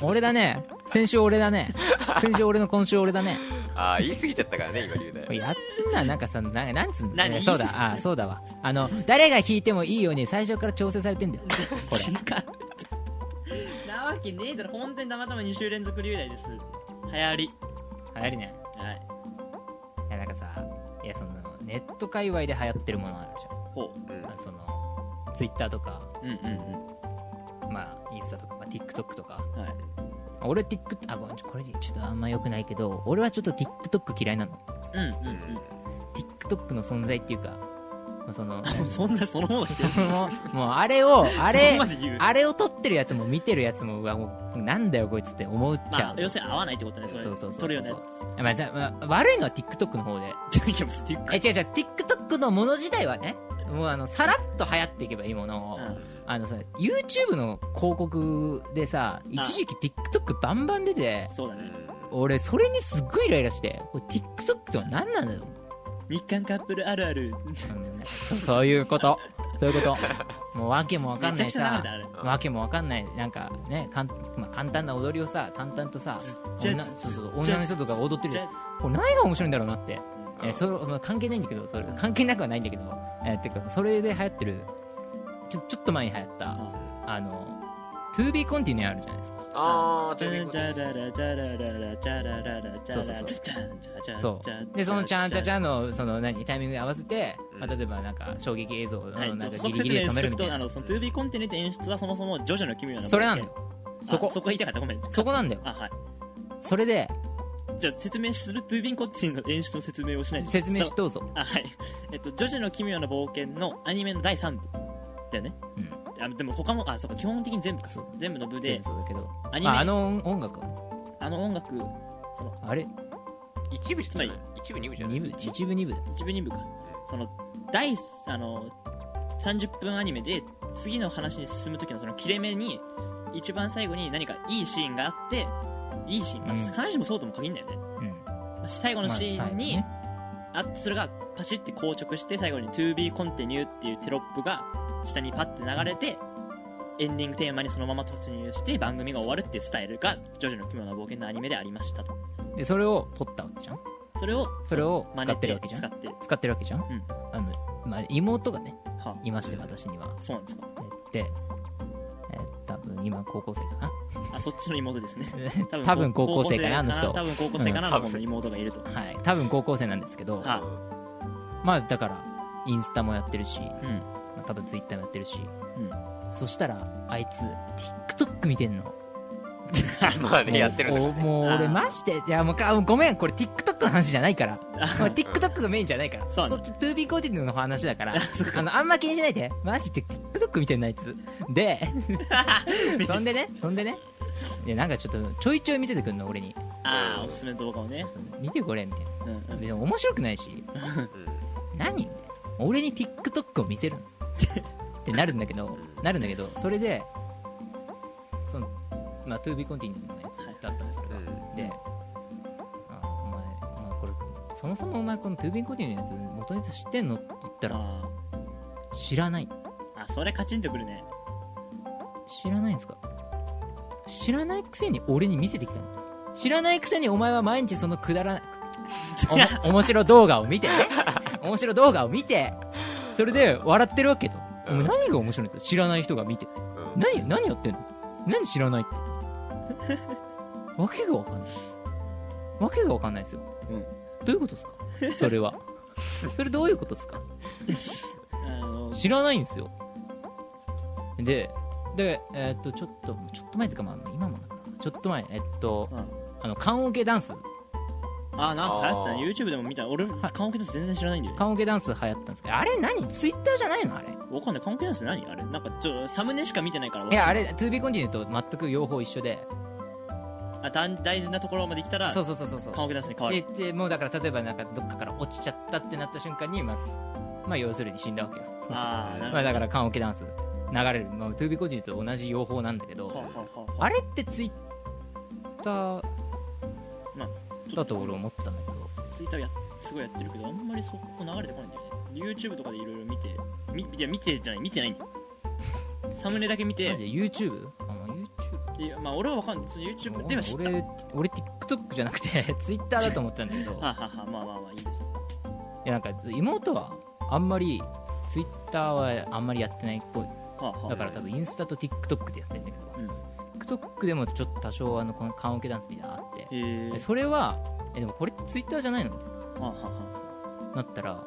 [SPEAKER 3] うん、俺だね先週俺だね先週俺の今週俺だね
[SPEAKER 2] ああ言い過ぎちゃったからね今龍
[SPEAKER 3] これ
[SPEAKER 2] 大
[SPEAKER 3] やってんななんかさなんかなんつうんだ、
[SPEAKER 1] 何
[SPEAKER 3] ね、そうだあそうだわあの誰が弾いてもいいように最初から調整されてんだよこれ
[SPEAKER 1] 違ったなわけねえだろ本当にたまたま2週連続流大です流行り
[SPEAKER 3] 流行りね
[SPEAKER 1] はい
[SPEAKER 3] いやなんかさいやそのネット界隈で流行ってるものあるじ
[SPEAKER 1] ほ
[SPEAKER 2] う
[SPEAKER 3] ゃん、
[SPEAKER 2] ん
[SPEAKER 3] あそのツイッターとか
[SPEAKER 1] ううんうんうん
[SPEAKER 3] まあインスタとか、まあ、TikTok とか
[SPEAKER 1] はい
[SPEAKER 3] 俺 Tik あごめんちょこれちょっとあんま良くないけど俺はちょっと TikTok 嫌いなの
[SPEAKER 1] うんう
[SPEAKER 2] う
[SPEAKER 1] ん
[SPEAKER 2] ん
[SPEAKER 3] TikTok の存在っていうかまあその
[SPEAKER 1] うんそんなそのものしてる
[SPEAKER 3] そのもうあれをあれ
[SPEAKER 1] そこまで言う
[SPEAKER 3] あれを撮ってるやつも見てるやつもうわもうなんだよこいつって思っちゃ
[SPEAKER 1] ま
[SPEAKER 3] う
[SPEAKER 1] あ、要するに合わないってことねそれ
[SPEAKER 3] そうそうそうそう
[SPEAKER 1] 取るようなや
[SPEAKER 3] まあじゃあまあ悪いのは TikTok の方で
[SPEAKER 1] ついや別に
[SPEAKER 3] え違う違う TikTok のもの自体はねもうあのさらっと流行っていけばいいものを、
[SPEAKER 1] うん
[SPEAKER 3] あのさ YouTube の広告でさ一時期 TikTok バンバン出て
[SPEAKER 1] そうだ
[SPEAKER 2] う
[SPEAKER 1] ね
[SPEAKER 2] ん
[SPEAKER 3] 俺それにすっごいイライラしてこれ TikTok ってのは何なんだよ、
[SPEAKER 1] 日韓カップルあるある
[SPEAKER 3] うんそ そういうことそういうこともう訳も分か
[SPEAKER 1] め
[SPEAKER 3] ん
[SPEAKER 1] ちゃ
[SPEAKER 3] な
[SPEAKER 1] く
[SPEAKER 3] い
[SPEAKER 1] ちゃダ
[SPEAKER 3] さ
[SPEAKER 1] メだあれ
[SPEAKER 2] だ
[SPEAKER 3] わけもわかんないなんかねかん、まあ、簡単な踊りをさ淡々とさ
[SPEAKER 1] ずっちゃ
[SPEAKER 3] 女
[SPEAKER 1] ずっ
[SPEAKER 3] そうそう
[SPEAKER 1] ちゃ
[SPEAKER 3] 女の人とかが踊って
[SPEAKER 1] じゃ
[SPEAKER 3] る
[SPEAKER 1] あ
[SPEAKER 3] これ何が面白いんだろうなって
[SPEAKER 2] うん
[SPEAKER 3] えーそれ、まあ、関係ないんだけどそれ関係なくはないんだけど、えーてかそれで流行ってるちょちょっと前に流行った、あの ToBeContinue あるじゃないですか
[SPEAKER 2] ああ
[SPEAKER 1] チ
[SPEAKER 2] ちょびっ
[SPEAKER 1] ャ
[SPEAKER 2] こ
[SPEAKER 1] チャララチャラララチャラララチャララ
[SPEAKER 3] そうそうそう
[SPEAKER 1] チャンチャチャ
[SPEAKER 3] そうでそのチャンチャチ
[SPEAKER 1] ン
[SPEAKER 3] ャのその何タイミングに合わせて、
[SPEAKER 2] うん
[SPEAKER 3] まあ、例えばなんか衝撃映像を
[SPEAKER 1] はい
[SPEAKER 3] なんか
[SPEAKER 1] そ
[SPEAKER 3] ギ
[SPEAKER 1] の
[SPEAKER 3] リギリで止めるみたい
[SPEAKER 1] あ
[SPEAKER 3] な
[SPEAKER 1] のその 2B コンティニューって演出はそもそもジョジョの奇妙な冒険
[SPEAKER 3] それなんだよ
[SPEAKER 1] あ
[SPEAKER 3] そこ
[SPEAKER 1] そこ言いたかったごめん
[SPEAKER 3] そこなんだよ
[SPEAKER 1] あはい
[SPEAKER 3] それで
[SPEAKER 1] じゃあ説明する 2B コンティニューの演出の説明をしないと
[SPEAKER 3] 説明し
[SPEAKER 1] そ
[SPEAKER 3] どうぞ
[SPEAKER 1] あはいえっとジョジョの奇妙な冒険のアニメの第3部だよね
[SPEAKER 3] うん
[SPEAKER 1] あでも他もあそうか基本的に全部か
[SPEAKER 3] そう
[SPEAKER 1] 全部の部
[SPEAKER 3] 全
[SPEAKER 1] で
[SPEAKER 3] 部そうだけど
[SPEAKER 1] アニメ
[SPEAKER 3] まあ、あの音楽は
[SPEAKER 1] あの音楽
[SPEAKER 3] あれ
[SPEAKER 2] 一部じゃない
[SPEAKER 1] つま
[SPEAKER 2] 一部二部じゃない
[SPEAKER 3] 二部一部二部だよ
[SPEAKER 1] 一部二部かその第すあの30分アニメで次の話に進む時のその切れ目に一番最後に何かいいシーンがあっていいシーン、まあ、
[SPEAKER 3] うん
[SPEAKER 1] 必ずしもそうとも限らないよね、
[SPEAKER 3] うん
[SPEAKER 1] まあ最後のシ
[SPEAKER 3] まあ
[SPEAKER 1] ーンに、あそれがパシッて硬直して最後に 2B コンティニューっていうテロップが下にパッて流れてエンディングテーマにそのまま突入して番組が終わるっていうスタイルが「ジョジョの奇妙な冒険」のアニメでありましたと
[SPEAKER 3] でそれを撮ったわけじゃん
[SPEAKER 1] それを
[SPEAKER 3] それを
[SPEAKER 1] 真
[SPEAKER 3] 使
[SPEAKER 1] 似
[SPEAKER 3] ってるわけじゃん
[SPEAKER 1] 使っては
[SPEAKER 3] 使ってるわけじゃん、
[SPEAKER 1] ん
[SPEAKER 3] あのまあ、妹がね
[SPEAKER 1] あ
[SPEAKER 3] いまして私には
[SPEAKER 1] そうなんですか
[SPEAKER 3] で、えー多分今高校生かな
[SPEAKER 1] あそっちの妹ですね
[SPEAKER 3] 多分高校生かなあの人
[SPEAKER 1] 多分高校生かな
[SPEAKER 2] うん
[SPEAKER 1] あの妹がいると、
[SPEAKER 3] はい多分高校生なんですけど、
[SPEAKER 1] あ
[SPEAKER 3] まあだからインスタもやってるし
[SPEAKER 1] うん
[SPEAKER 3] 多分ツイッターもやってるし、
[SPEAKER 1] うん
[SPEAKER 3] そしたらあいつ TikTok 見てんの
[SPEAKER 2] まあねやってるんだけ
[SPEAKER 3] もう
[SPEAKER 2] どね
[SPEAKER 3] もう
[SPEAKER 1] あー
[SPEAKER 3] 俺ましていやもうかごめんこれ TikTok の話じゃないからまあ TikTok がメインじゃないから
[SPEAKER 1] そうね
[SPEAKER 3] っち 2B コーティングの話だからあのあんま気にしないでマジで TikTok 見てんなあいつ でそんでねそんでねでなんかちょっとちょいちょい見せてくんの俺に
[SPEAKER 1] ああおすすめの動画をね、
[SPEAKER 3] 見てこれみたいな
[SPEAKER 1] うんうん
[SPEAKER 3] 別に面白くないし何俺に TikTok を見せるのってなるんだけどなるんだけどそれでそのまあ ToBeContinue のやつだったんですけど、
[SPEAKER 2] うん
[SPEAKER 3] であお前お前これそもそもお前この ToBeContinue のやつ元ネタ知ってんのって言ったら
[SPEAKER 1] あ
[SPEAKER 3] 知らな
[SPEAKER 1] ー
[SPEAKER 3] い
[SPEAKER 1] あそれカチンとくるね
[SPEAKER 3] 知らないんですか知らないくせに俺に見せてきたの知らないくせにお前は毎日そのくだらないおも面白動画を見てね面白動画を見てそれで笑ってるわけとお前何が面白いの知らない人が見て
[SPEAKER 2] うん
[SPEAKER 3] 何何やってんの何知らないって わけがわかんないわけがわかんないですよ、
[SPEAKER 1] うん
[SPEAKER 3] どういうことですかそれはそれどういうことですか
[SPEAKER 1] あの
[SPEAKER 3] 知らないんですよででえーっとちょっとちょっと前とかまあ今もだからちょっと前えっと、
[SPEAKER 1] うん
[SPEAKER 3] あの棺桶ダンス
[SPEAKER 1] あなんか流行ってた
[SPEAKER 2] あ
[SPEAKER 1] ね
[SPEAKER 2] ー
[SPEAKER 1] YouTube でも見た俺カンオケダンス全然知らないんだよね
[SPEAKER 3] 棺桶ダンス流行ったんですけどあれ何ツイッターじゃないのあれ
[SPEAKER 1] わかんないカンオケダンスって何あれなんかちょサムネしか見てないからわか
[SPEAKER 3] い
[SPEAKER 1] んな
[SPEAKER 3] やあれ 2BeContinue と全く両方一緒で
[SPEAKER 1] あだん大事なところまで来たら
[SPEAKER 3] そうそうそうそうそう
[SPEAKER 1] カンオケダンスに変わる
[SPEAKER 3] ででもうだから例えばなんかどっかから落ちちゃったってなった瞬間に、まあ、まあ要するに死んだわけよ
[SPEAKER 1] ああなる
[SPEAKER 3] まあ、
[SPEAKER 1] ほ
[SPEAKER 3] だから棺桶ダンス流れる、まあ、トゥービーコーディと同じ用法なんだけ
[SPEAKER 1] どは
[SPEAKER 3] ど
[SPEAKER 1] あはあはあ
[SPEAKER 3] あれってツイッター
[SPEAKER 1] ちょっ
[SPEAKER 3] だと俺思ってたんだけど
[SPEAKER 1] ツイッターやすごいやってるけどあんまりそこ流れてこないんだよね YouTube とかでいろいろ見てみいや見てじゃない見てないんだよサムネだけ見
[SPEAKER 3] マ
[SPEAKER 1] て
[SPEAKER 3] ジで YouTube? あ、まあ、YouTube
[SPEAKER 1] いやまあ俺はわかんないその YouTube では知った
[SPEAKER 3] 俺俺 TikTok じゃなくて Twitter だと思ってたんだけど
[SPEAKER 1] はあはあはあまあまあまあいいです
[SPEAKER 3] いやなんか妹はあんまり Twitter はあんまりやってないっぽい
[SPEAKER 1] はあはあ
[SPEAKER 3] だから多分インスタと TikTok でやってるんだ
[SPEAKER 1] うん
[SPEAKER 3] けど TikTok でもちょっと多少あのこの棺桶ダンスみたいなのあって
[SPEAKER 1] へえ
[SPEAKER 3] でそれはえでもこれって Twitter じゃないのみたい
[SPEAKER 1] はあはあは
[SPEAKER 3] になったら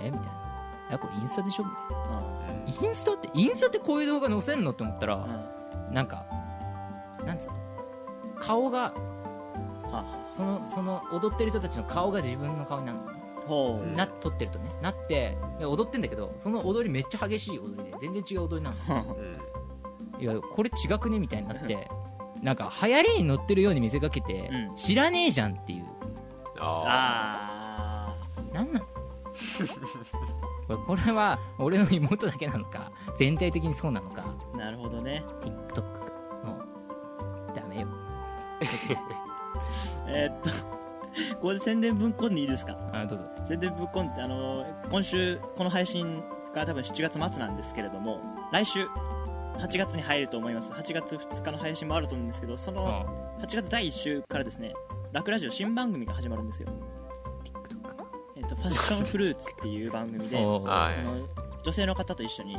[SPEAKER 3] えみたいなえこれインスタでしょみたい
[SPEAKER 1] あはあ
[SPEAKER 3] なインスタってインスタってこういう動画載せんのって思った
[SPEAKER 1] うん
[SPEAKER 3] ら
[SPEAKER 1] は
[SPEAKER 3] なんかなんつうの顔が
[SPEAKER 1] あは
[SPEAKER 3] そのその踊ってる人たちの顔が自分の顔になるの
[SPEAKER 1] あほう
[SPEAKER 3] な撮ってるとねなってで踊ってんだけどその踊りめっちゃ激しい踊りで全然違う踊りなの
[SPEAKER 2] うん
[SPEAKER 3] いやこれ違くねみたいになってなんか流行りに乗ってるように見せかけて、
[SPEAKER 1] うん
[SPEAKER 3] 知らねえじゃんっていう
[SPEAKER 2] あ
[SPEAKER 1] あ
[SPEAKER 3] なんなんこれ これは俺の妹だけなのか全体的にそうなのか
[SPEAKER 1] あなるほどね
[SPEAKER 3] TikTok のダメよ
[SPEAKER 1] えーっとここで宣伝ぶっこんでいいですか
[SPEAKER 3] あどうぞ
[SPEAKER 1] 宣伝ぶっこんであのー今週この配信が多分7月末なんですけれども来週8月に入ると思います8月2日の配信もあると思うんですけどその
[SPEAKER 3] あ
[SPEAKER 1] 8月第1週からですねラクラジオ新番組が始まるんですよ、
[SPEAKER 3] TikTok
[SPEAKER 1] えーっとファッションフルーツっていう番組で
[SPEAKER 3] おう
[SPEAKER 2] は
[SPEAKER 1] あ
[SPEAKER 2] い
[SPEAKER 1] の女性の方と一緒に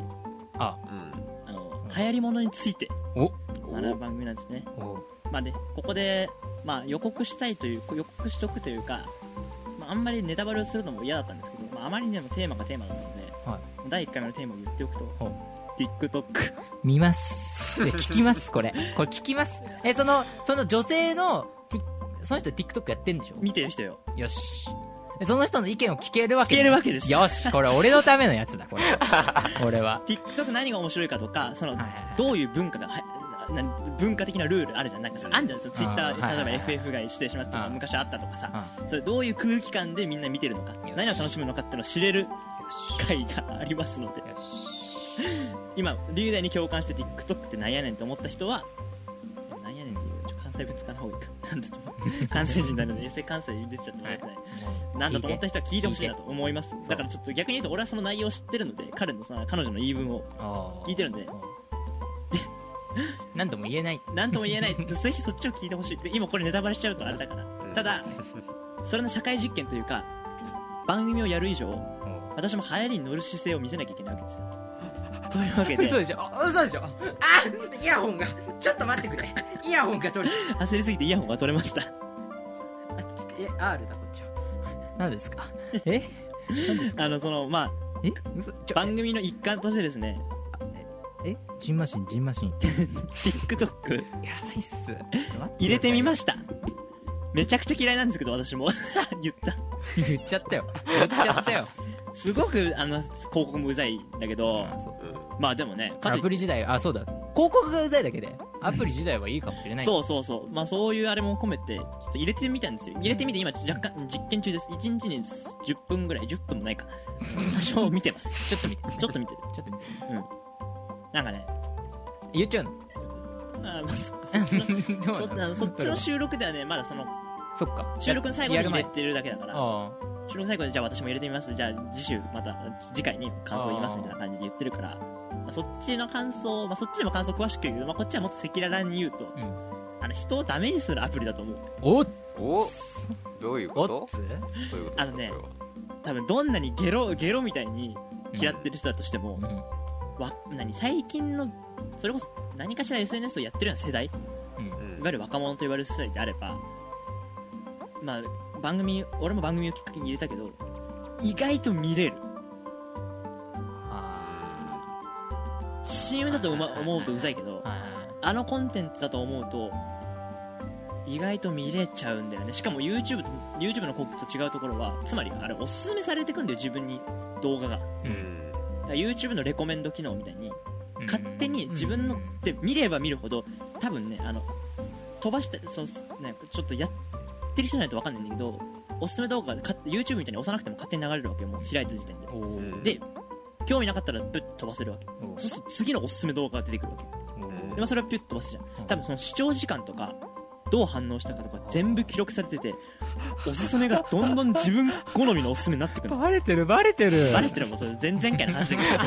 [SPEAKER 3] あ
[SPEAKER 2] ーうん
[SPEAKER 1] あの流行りものについて
[SPEAKER 3] お
[SPEAKER 1] 学ぶ番組なんですね
[SPEAKER 3] お
[SPEAKER 1] まあね、ここで、まあ、予告したいという予告しとくというか、まあ、あんまりネタバレをするのも嫌だったんですけど、まあ、あまりにもテーマがテーマだったので、
[SPEAKER 3] は
[SPEAKER 1] 第1回目のテーマを言っておくと、
[SPEAKER 3] は
[SPEAKER 1] TikTok
[SPEAKER 3] 見ますいや聞きますこれこれ聞きますえそのその女性の Tik- その人 TikTok やってんでしょ
[SPEAKER 1] 見てる人よ
[SPEAKER 3] よしでその人の意見を聞けるわけ
[SPEAKER 1] 聞けるわけです
[SPEAKER 3] よしこれ俺のためのやつだこれ 俺は
[SPEAKER 1] TikTok 何が面白いかとかその
[SPEAKER 3] はいはいはい
[SPEAKER 1] どういう文化がはな文化的なルールあるじゃんなんかさあんじゃんその
[SPEAKER 3] あー
[SPEAKER 1] Twitter
[SPEAKER 3] はいはいはい
[SPEAKER 1] 例えば FF が指定しますと
[SPEAKER 3] う
[SPEAKER 1] か
[SPEAKER 3] ん
[SPEAKER 1] 昔あったとかさ
[SPEAKER 3] う
[SPEAKER 1] それどういう空気感でみんな見てるのか
[SPEAKER 3] し
[SPEAKER 1] 何を楽しむのかっていうのを知れる
[SPEAKER 3] んよし
[SPEAKER 1] 回がありますので
[SPEAKER 3] よし
[SPEAKER 1] 今リーダーに共感して TikTok ってなんやねんって思った人はなんやねんっていうちょ関西弁使わない方がいいかなん だと思う関西人なので衛星関西に出てちゃってもらいたいなんだと思った人は聞いてほしいなと思います
[SPEAKER 3] て
[SPEAKER 1] だからちょっと逆に言うと俺はその内容を知ってるので彼のさ彼女の言い分 を聞いてるんで
[SPEAKER 3] 何とも言えない
[SPEAKER 1] 何とも言えないぜひそっちを聞いてほしいで今これネタバレしちゃうとあれだから
[SPEAKER 2] ん
[SPEAKER 1] ただそれの社会実験というか番組をやる以上私も流行りに乗る姿勢を見せなきゃいけないわけですよというわけ で
[SPEAKER 3] 嘘でしょあ嘘でしょあイヤホンがちょっと待ってくれイヤホンが取れ
[SPEAKER 1] 焦りすぎてイヤホンが取れました
[SPEAKER 3] あちょっとえ R だこっちは何ですかえ
[SPEAKER 1] あのそのまあ
[SPEAKER 3] え嘘ちょ
[SPEAKER 1] 番組の一環としてですね
[SPEAKER 3] えジンマシンジンマシン
[SPEAKER 1] TikTok
[SPEAKER 3] やばいっす
[SPEAKER 1] 入れてみま
[SPEAKER 3] し
[SPEAKER 1] しためちゃくちゃ嫌いなんですけど私も 言った
[SPEAKER 3] た言っちゃったよ言っちゃったよ
[SPEAKER 1] すごくあの広告もうざいんだけど
[SPEAKER 3] あそ
[SPEAKER 2] う
[SPEAKER 3] う
[SPEAKER 2] ん
[SPEAKER 1] まあでもねかと
[SPEAKER 3] ア
[SPEAKER 1] いっ
[SPEAKER 3] プリ時代あそうだ広告がうざいだけでアプリ時代はいいかもしれない
[SPEAKER 1] そうそうそうまあそういうあれも込めてちょっと入れてみたんですよ入れてみて今若干実験中です1日に10分ぐらい10分もないか 多少見てます
[SPEAKER 3] ちょっと見て
[SPEAKER 1] ちょっと見てる
[SPEAKER 3] ちょっと見て
[SPEAKER 1] なんかね
[SPEAKER 3] 言っちゃうの
[SPEAKER 1] あーまあそそっち の そ
[SPEAKER 3] どうな
[SPEAKER 1] あのそっちの収録ではねまだその
[SPEAKER 3] そっか
[SPEAKER 1] 収録の最後に
[SPEAKER 3] や
[SPEAKER 1] 入
[SPEAKER 3] る
[SPEAKER 1] れ
[SPEAKER 3] 前
[SPEAKER 1] てるだけだから
[SPEAKER 3] あ
[SPEAKER 1] 収録最後でじゃあ私も入れてみますじゃあ次週また次回に感想言いますみたいな感じで言ってるからまあ、そっちの感想、まあ、そっちでも感想詳しく言うけど、まあ、こっちはもっと赤裸々に言うと、
[SPEAKER 3] あうん
[SPEAKER 1] あの人をダメにするアプリだと思う
[SPEAKER 3] おっ
[SPEAKER 2] お
[SPEAKER 3] つ
[SPEAKER 2] どういうこ
[SPEAKER 3] お
[SPEAKER 2] と
[SPEAKER 3] っつ
[SPEAKER 2] どういうことですか
[SPEAKER 1] あのね
[SPEAKER 2] これは
[SPEAKER 1] 多分どんなにゲロゲロみたいに嫌ってる人だとしても
[SPEAKER 3] う、ん
[SPEAKER 1] わ何最近のそれこそ何かしら SNS をやってるような世代いわ
[SPEAKER 3] うん
[SPEAKER 2] うん
[SPEAKER 1] ゆる若者と言われる世代であればまあ番組俺も番組をきっかけに入れたけど意外と見れる
[SPEAKER 3] あ
[SPEAKER 1] CM だとうま思うとうざいけど
[SPEAKER 3] ーあ
[SPEAKER 1] あのコンテンツだと思うと意外と見れちゃうんだよねしかも YouTube, と YouTube の広告と違うところはつまりあれおすすめされてくんだよ自分に動画がだか
[SPEAKER 3] ーう
[SPEAKER 2] うんん
[SPEAKER 1] ら YouTube のレコメンド機能みたいに勝手に自分の
[SPEAKER 3] うん
[SPEAKER 1] で見れば見るほど多分ねあの飛ばしてその、ね、ちょっとやってる人じゃないと分かんないんだけどおすすめ動画が勝手 YouTube みたいに押さなくても勝手に流れるわけよもう開いた時点で
[SPEAKER 3] おー
[SPEAKER 1] で興味なかったらプッと飛ばせるわけ
[SPEAKER 3] おー
[SPEAKER 1] そうすると次のおすすめ動画が出てくるわけ
[SPEAKER 3] おー
[SPEAKER 1] でもそれはピュッと飛ばすじゃん多分その視聴時間とかどう反応したかとか全部記録されてておすすめがどんどん自分好みのおすすめになってくるの
[SPEAKER 3] バレてるバレてる
[SPEAKER 1] バレてるもんそれ前々回の話だけど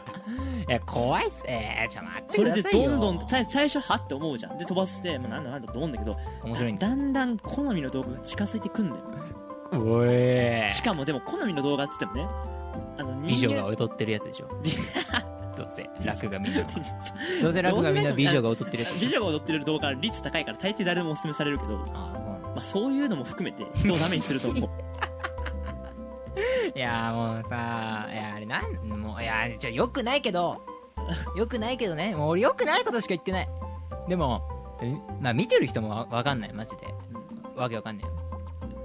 [SPEAKER 3] いや怖いっすえー、ちょっと待って
[SPEAKER 1] それ
[SPEAKER 3] く
[SPEAKER 1] で
[SPEAKER 3] ださいよ
[SPEAKER 1] どんどんさ最初はって思うじゃんで飛ばして、まあ、なんだなんだと思うんだけど
[SPEAKER 3] 面白いんだ
[SPEAKER 1] だんだん好みの動画が近づいてくんだよ
[SPEAKER 3] おえ
[SPEAKER 1] しかもでも好みの動画っつってもねあの
[SPEAKER 3] 美
[SPEAKER 1] 人
[SPEAKER 3] 女が
[SPEAKER 1] 間
[SPEAKER 3] 踊ってるやつで しょどうせ楽がみんなどうせ
[SPEAKER 1] 楽
[SPEAKER 3] 楽
[SPEAKER 1] が
[SPEAKER 3] が
[SPEAKER 1] みん
[SPEAKER 3] みん
[SPEAKER 1] な
[SPEAKER 3] な
[SPEAKER 1] 美女
[SPEAKER 3] 美女が踊ってるやつ
[SPEAKER 1] 美女が踊ってる動画は率高いから大抵誰でもおすすめされるけど、ま
[SPEAKER 3] あそう
[SPEAKER 1] あ、そういうのも含めて人をダメにすると 思う
[SPEAKER 3] いやーもうさいやあれなんもういやちょよくないけどよくないけどねもう俺よくないことしか言ってないでもえまあ見てる人もわわかんないマジでわけわかんないよ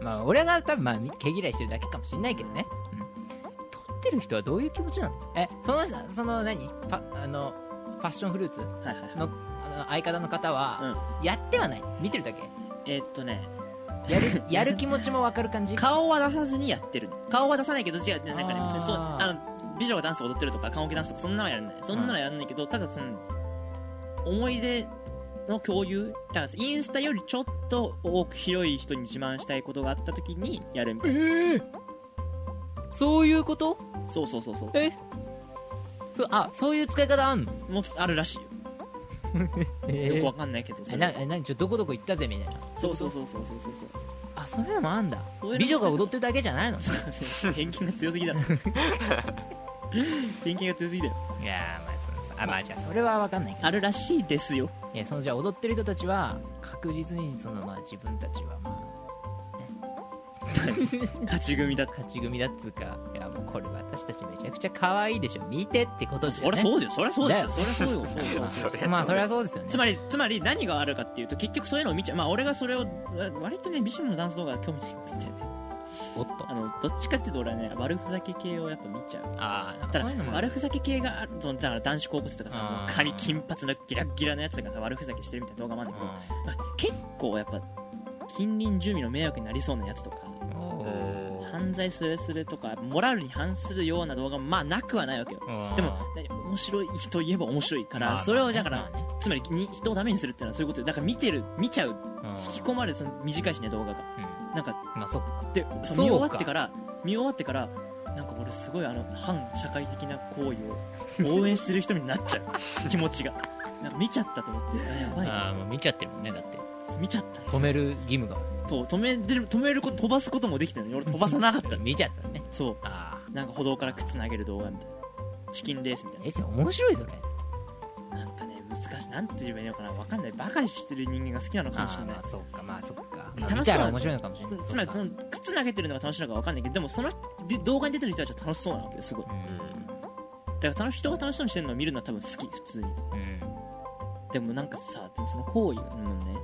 [SPEAKER 3] まあ俺が多分まあみ毛嫌いしてるだけかもしんないけどね、うん、撮ってる人はどういう気持ちなのえそのその何パあのファッションフルーツ
[SPEAKER 1] はいはいはい
[SPEAKER 3] のあの相方の方は、やってはない見てるだ け
[SPEAKER 1] えーっとね
[SPEAKER 3] やるやる気持ちもわかる感じ
[SPEAKER 1] 顔は出さずにやってるね顔は出さないけど違うなんかね
[SPEAKER 3] あー
[SPEAKER 1] 別にそうあの美女がダンス踊ってるとか顔オケダンスとかそんなのはやらないそんなのはやらないけど、ただその思い出の共有だからインスタよりちょっと多く広い人に自慢したいことがあった時にやるみたい
[SPEAKER 3] ええそういうこと
[SPEAKER 1] なそうそうそうそう
[SPEAKER 3] えそあそういう使い方あんの
[SPEAKER 1] もうあるらしいよよくわかんないけどそ
[SPEAKER 3] え
[SPEAKER 1] れ
[SPEAKER 3] なえ何ちょどこどこ行ったぜみたいな
[SPEAKER 1] そうそうそうそうそうそうそう
[SPEAKER 3] あそういうのもあんだ
[SPEAKER 1] そういうのも
[SPEAKER 3] 美女が踊ってるだけじゃないの
[SPEAKER 1] そう偏見が強す ぎだろ偏見が強すぎだよ
[SPEAKER 3] いやーまあそうそうあまあじゃあそれはわかんないけど
[SPEAKER 1] あるらしいですよ
[SPEAKER 3] いやそのじゃあ踊ってる人たちは確実にそのまあ自分たちはま
[SPEAKER 1] 勝ち組だっ
[SPEAKER 3] あ
[SPEAKER 1] て
[SPEAKER 3] 勝ち組だっつうかいやもうこれ私たちめちゃくちゃ可愛いでしょ見てってことです
[SPEAKER 1] そ
[SPEAKER 3] よ
[SPEAKER 1] りゃ
[SPEAKER 3] ね
[SPEAKER 1] そうだよそりゃそうですよ
[SPEAKER 3] だ
[SPEAKER 1] そりゃそうよそうよ
[SPEAKER 2] そり ゃそう
[SPEAKER 3] まあそれはそうですよね
[SPEAKER 1] つまりつまり何があるかっていうと結局そういうのを見ちゃうまあ俺がそれをわ割とね美女のダンス動画が興味ないんだよね
[SPEAKER 3] おっと
[SPEAKER 1] あのどっちかっていうと俺はね悪ふざけ系をやっぱ見ちゃう
[SPEAKER 3] ああ
[SPEAKER 1] ただ
[SPEAKER 3] そういうのも
[SPEAKER 1] 悪ふざけ系があるそのだから男子高校生とかさ
[SPEAKER 3] あー
[SPEAKER 1] もう髪金髪のギラッギラのやつがさ悪ふざけしてるみたいな動画もあるんだけど、まあ、結構やっぱ近隣住民の迷惑になりそうなやつとか
[SPEAKER 3] うんおー
[SPEAKER 1] 犯罪すれすれとかモラルに反するような動画もまあなくはないわけよ
[SPEAKER 3] うん
[SPEAKER 1] でも何面白いと言えば面白いから、
[SPEAKER 3] まあ
[SPEAKER 1] それをだから、
[SPEAKER 3] まあね
[SPEAKER 1] つまりに人をダメにするっていうのはそういうことよだから見てる見ちゃう
[SPEAKER 3] うん
[SPEAKER 1] 引き込まれるその短いしね動画がなんか
[SPEAKER 3] まあそっか
[SPEAKER 1] でそ
[SPEAKER 3] そう
[SPEAKER 1] 見
[SPEAKER 3] か
[SPEAKER 1] 終わってから見終わってからなんか俺すごいあの反社会的な行為を応援してる人になっちゃ う気持ちがなんか見ちゃったと思ってあやばい
[SPEAKER 3] ああ
[SPEAKER 1] な
[SPEAKER 3] もう見ちゃってるもんねだって
[SPEAKER 1] 見ちゃった
[SPEAKER 3] 止める義務が
[SPEAKER 1] そう止めてる止めること飛ばすこともできたのに俺飛ばさ なかった
[SPEAKER 3] 見ちゃったね
[SPEAKER 1] そ
[SPEAKER 3] あ
[SPEAKER 1] うなんか歩道から靴投げる動画みたいなチキンレースみたい
[SPEAKER 3] あ
[SPEAKER 1] な
[SPEAKER 3] えそれ面白いそれ
[SPEAKER 1] なんかね難しいなんて言えばいいのかなわかんないバカにしてる人間が好きなのかもしれない
[SPEAKER 3] ああまあそっかまあそっか
[SPEAKER 1] 楽しそうだね
[SPEAKER 3] 見たら面白いのかもしれ
[SPEAKER 1] つ
[SPEAKER 3] ない
[SPEAKER 1] つまりそ
[SPEAKER 3] そっ
[SPEAKER 1] の靴投げてるのが楽しいのかわかんないけどでもそので動画に出てる人たちは楽しそうなわけよすごい
[SPEAKER 3] か
[SPEAKER 1] だから楽し人が楽しそうにしてるのを見るのは多分好き普通に
[SPEAKER 3] うんうん
[SPEAKER 1] でもなんかさでもその行為がうんね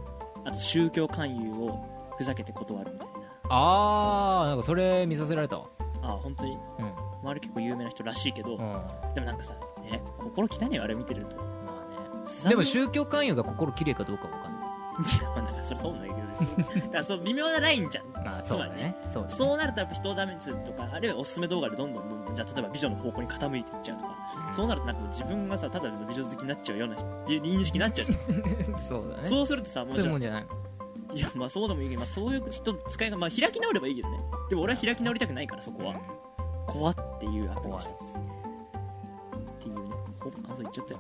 [SPEAKER 1] あと宗教勧誘をふざけて断るみたいな
[SPEAKER 3] ああなんかそれ見させられたわ
[SPEAKER 1] ああ本当に
[SPEAKER 3] うん
[SPEAKER 1] 周り結構有名な人らしいけど、
[SPEAKER 3] うんま
[SPEAKER 1] でもなんかさね心汚いよあれ見てると
[SPEAKER 3] あ
[SPEAKER 1] す
[SPEAKER 3] ね
[SPEAKER 1] さ
[SPEAKER 3] でも
[SPEAKER 1] ま じい
[SPEAKER 3] 宗教勧誘が心きれいかどうかわかんない
[SPEAKER 1] やまあだからそれそうなんだけどだからそう微妙なラインじゃん、
[SPEAKER 3] まあ
[SPEAKER 1] つ
[SPEAKER 3] そう
[SPEAKER 1] ま
[SPEAKER 3] だ
[SPEAKER 1] り
[SPEAKER 3] ねそうだね
[SPEAKER 1] そうなるとやっぱ人をダメにするとかあるいはおすすめ動画でどんどんどんどんじゃあ例えば美女の方向に傾いていっちゃうとかそうなるとなんかもう自分がさただの美女好きになっちゃうような人っていう認識になっちゃうじゃん
[SPEAKER 3] うんそうだね
[SPEAKER 1] そうするとさもう
[SPEAKER 3] そ
[SPEAKER 1] じ
[SPEAKER 3] うい
[SPEAKER 1] ゃ
[SPEAKER 3] うも
[SPEAKER 1] あ
[SPEAKER 3] んじゃない
[SPEAKER 1] いやまあそうでもいいけど、まあ、そういうちょっと使いが、まあ、開き直ればいいけどねでも俺は開き直りたくないからそこは、怖っていうアプリ
[SPEAKER 3] 怖
[SPEAKER 1] で
[SPEAKER 3] い
[SPEAKER 1] したっていうねほぼ感想言っちゃったよ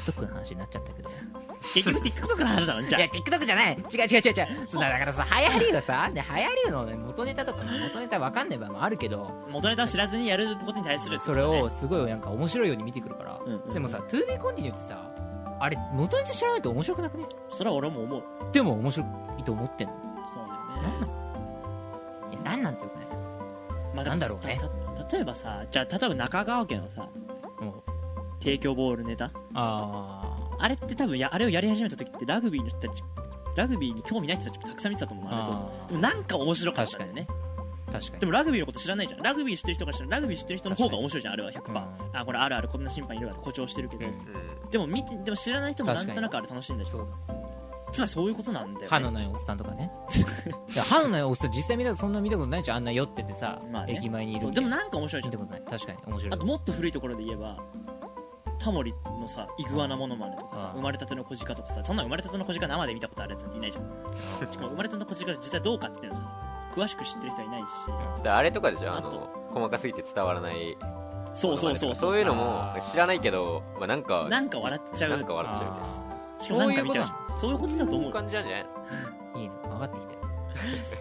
[SPEAKER 3] TikTok の話になっちゃったけど
[SPEAKER 1] 結局 TikTok の話だろじゃ
[SPEAKER 3] い
[SPEAKER 1] あ
[SPEAKER 3] や、TikTok じゃない違う違う違う違うそうだだからさ、流行りがさ、で流行りのね元ネタとか、まあ元ネタわかんない場合もあるけど、
[SPEAKER 1] 元ネタを知らずにやることに対するって
[SPEAKER 3] そ
[SPEAKER 1] こ
[SPEAKER 3] れ
[SPEAKER 1] とね、
[SPEAKER 3] をすごいなんか面白いように見てくるから、
[SPEAKER 1] うんうん
[SPEAKER 3] でもさ、To be continue ってさ、あれ、元ネタ知らないと面白くなくね
[SPEAKER 1] それは俺も思う
[SPEAKER 3] でも面白いと思ってんの。
[SPEAKER 1] そうだよね
[SPEAKER 3] いや、なんなんてよくない。
[SPEAKER 1] まあ
[SPEAKER 3] なんだろうね
[SPEAKER 1] たた例えばさじゃあ例えば中川家のさ
[SPEAKER 3] もう
[SPEAKER 1] 提供ボールネタ
[SPEAKER 3] あ
[SPEAKER 1] あれって多分やあれをやり始めた時ってラグビーの人たちラグビーに興味ない人たちもたくさん見てたと思うあれと
[SPEAKER 3] あー
[SPEAKER 1] でもなんか面白かったんだよね
[SPEAKER 3] ー、確か
[SPEAKER 1] で
[SPEAKER 3] に。
[SPEAKER 1] もラグビーのこと知らないじゃんラグビー知ってる人からしたらラグビー知ってる人の方が面白いじゃんあれは100%、
[SPEAKER 3] う
[SPEAKER 1] あこれあるあるこんな審判いるわって誇張してるけど、
[SPEAKER 3] うん
[SPEAKER 1] でも見てでも知らない人もなんとなくあれ楽しいんだし
[SPEAKER 3] そう
[SPEAKER 1] つまりそういうことなんだよ、ね、
[SPEAKER 3] 歯のないおっさんとか ねいや歯のないおっさん実際見たことそんな見たことないじゃんあんな酔っててさ、
[SPEAKER 1] まあね
[SPEAKER 3] 駅前にいる
[SPEAKER 1] そう
[SPEAKER 3] み
[SPEAKER 1] で
[SPEAKER 3] たい
[SPEAKER 1] もなんか面白いじ
[SPEAKER 3] 見
[SPEAKER 1] ゃ
[SPEAKER 3] た
[SPEAKER 1] ん
[SPEAKER 3] ことない確かに面白い
[SPEAKER 1] あともっと古いところで言えばタモリのさイグアナモノマネとかさ
[SPEAKER 3] うん
[SPEAKER 1] 生まれたての小鹿とかさそんな生まれたての小鹿生で見たことあるやつなんていないじゃんしかも生まれたての小鹿実際どうかっていうのさ詳しく知ってる人はいないし
[SPEAKER 2] らあれとかでしょあ
[SPEAKER 1] あ
[SPEAKER 2] の
[SPEAKER 1] と
[SPEAKER 2] 細かすぎて伝わらない
[SPEAKER 1] そうそうそう
[SPEAKER 2] そう
[SPEAKER 1] う
[SPEAKER 2] いうのも
[SPEAKER 3] あー
[SPEAKER 2] 知らないけど、まあ、なんか
[SPEAKER 1] なんか笑っちゃう
[SPEAKER 2] なんか笑っちゃうみたいです
[SPEAKER 1] しかもなんか見ちゃうそういうことだと
[SPEAKER 2] そう
[SPEAKER 1] 思
[SPEAKER 2] いうう感じなんじゃない
[SPEAKER 3] いいね分かってきたよ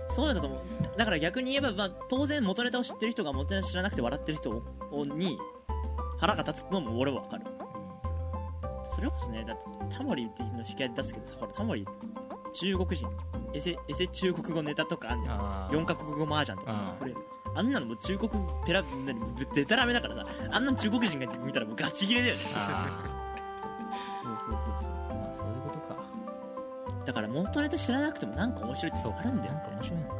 [SPEAKER 1] そうなんだと思うだから逆に言えば、まあ、当然元ネタを知ってる人が元ネタ知らなくて笑ってる人ををに腹が立つのも俺は分かるそれこそねだってタモリっていうの引き合いで出すけどさほらタモリ中国人エセエセ中国語ネタとかあんじゃん
[SPEAKER 3] あー
[SPEAKER 1] 4カ国語麻雀とかさ
[SPEAKER 3] あー
[SPEAKER 1] これあんなのもう中国ペラ何でたらめだからさあんなの中国人が見たらもうガチ切れだよね
[SPEAKER 3] あ
[SPEAKER 1] そうそうそうそう
[SPEAKER 3] ーまあそういうことか
[SPEAKER 1] だから元ネタ知らなくてもなんか面白いって
[SPEAKER 3] そう
[SPEAKER 1] あるんだよ
[SPEAKER 3] なんか面白いのか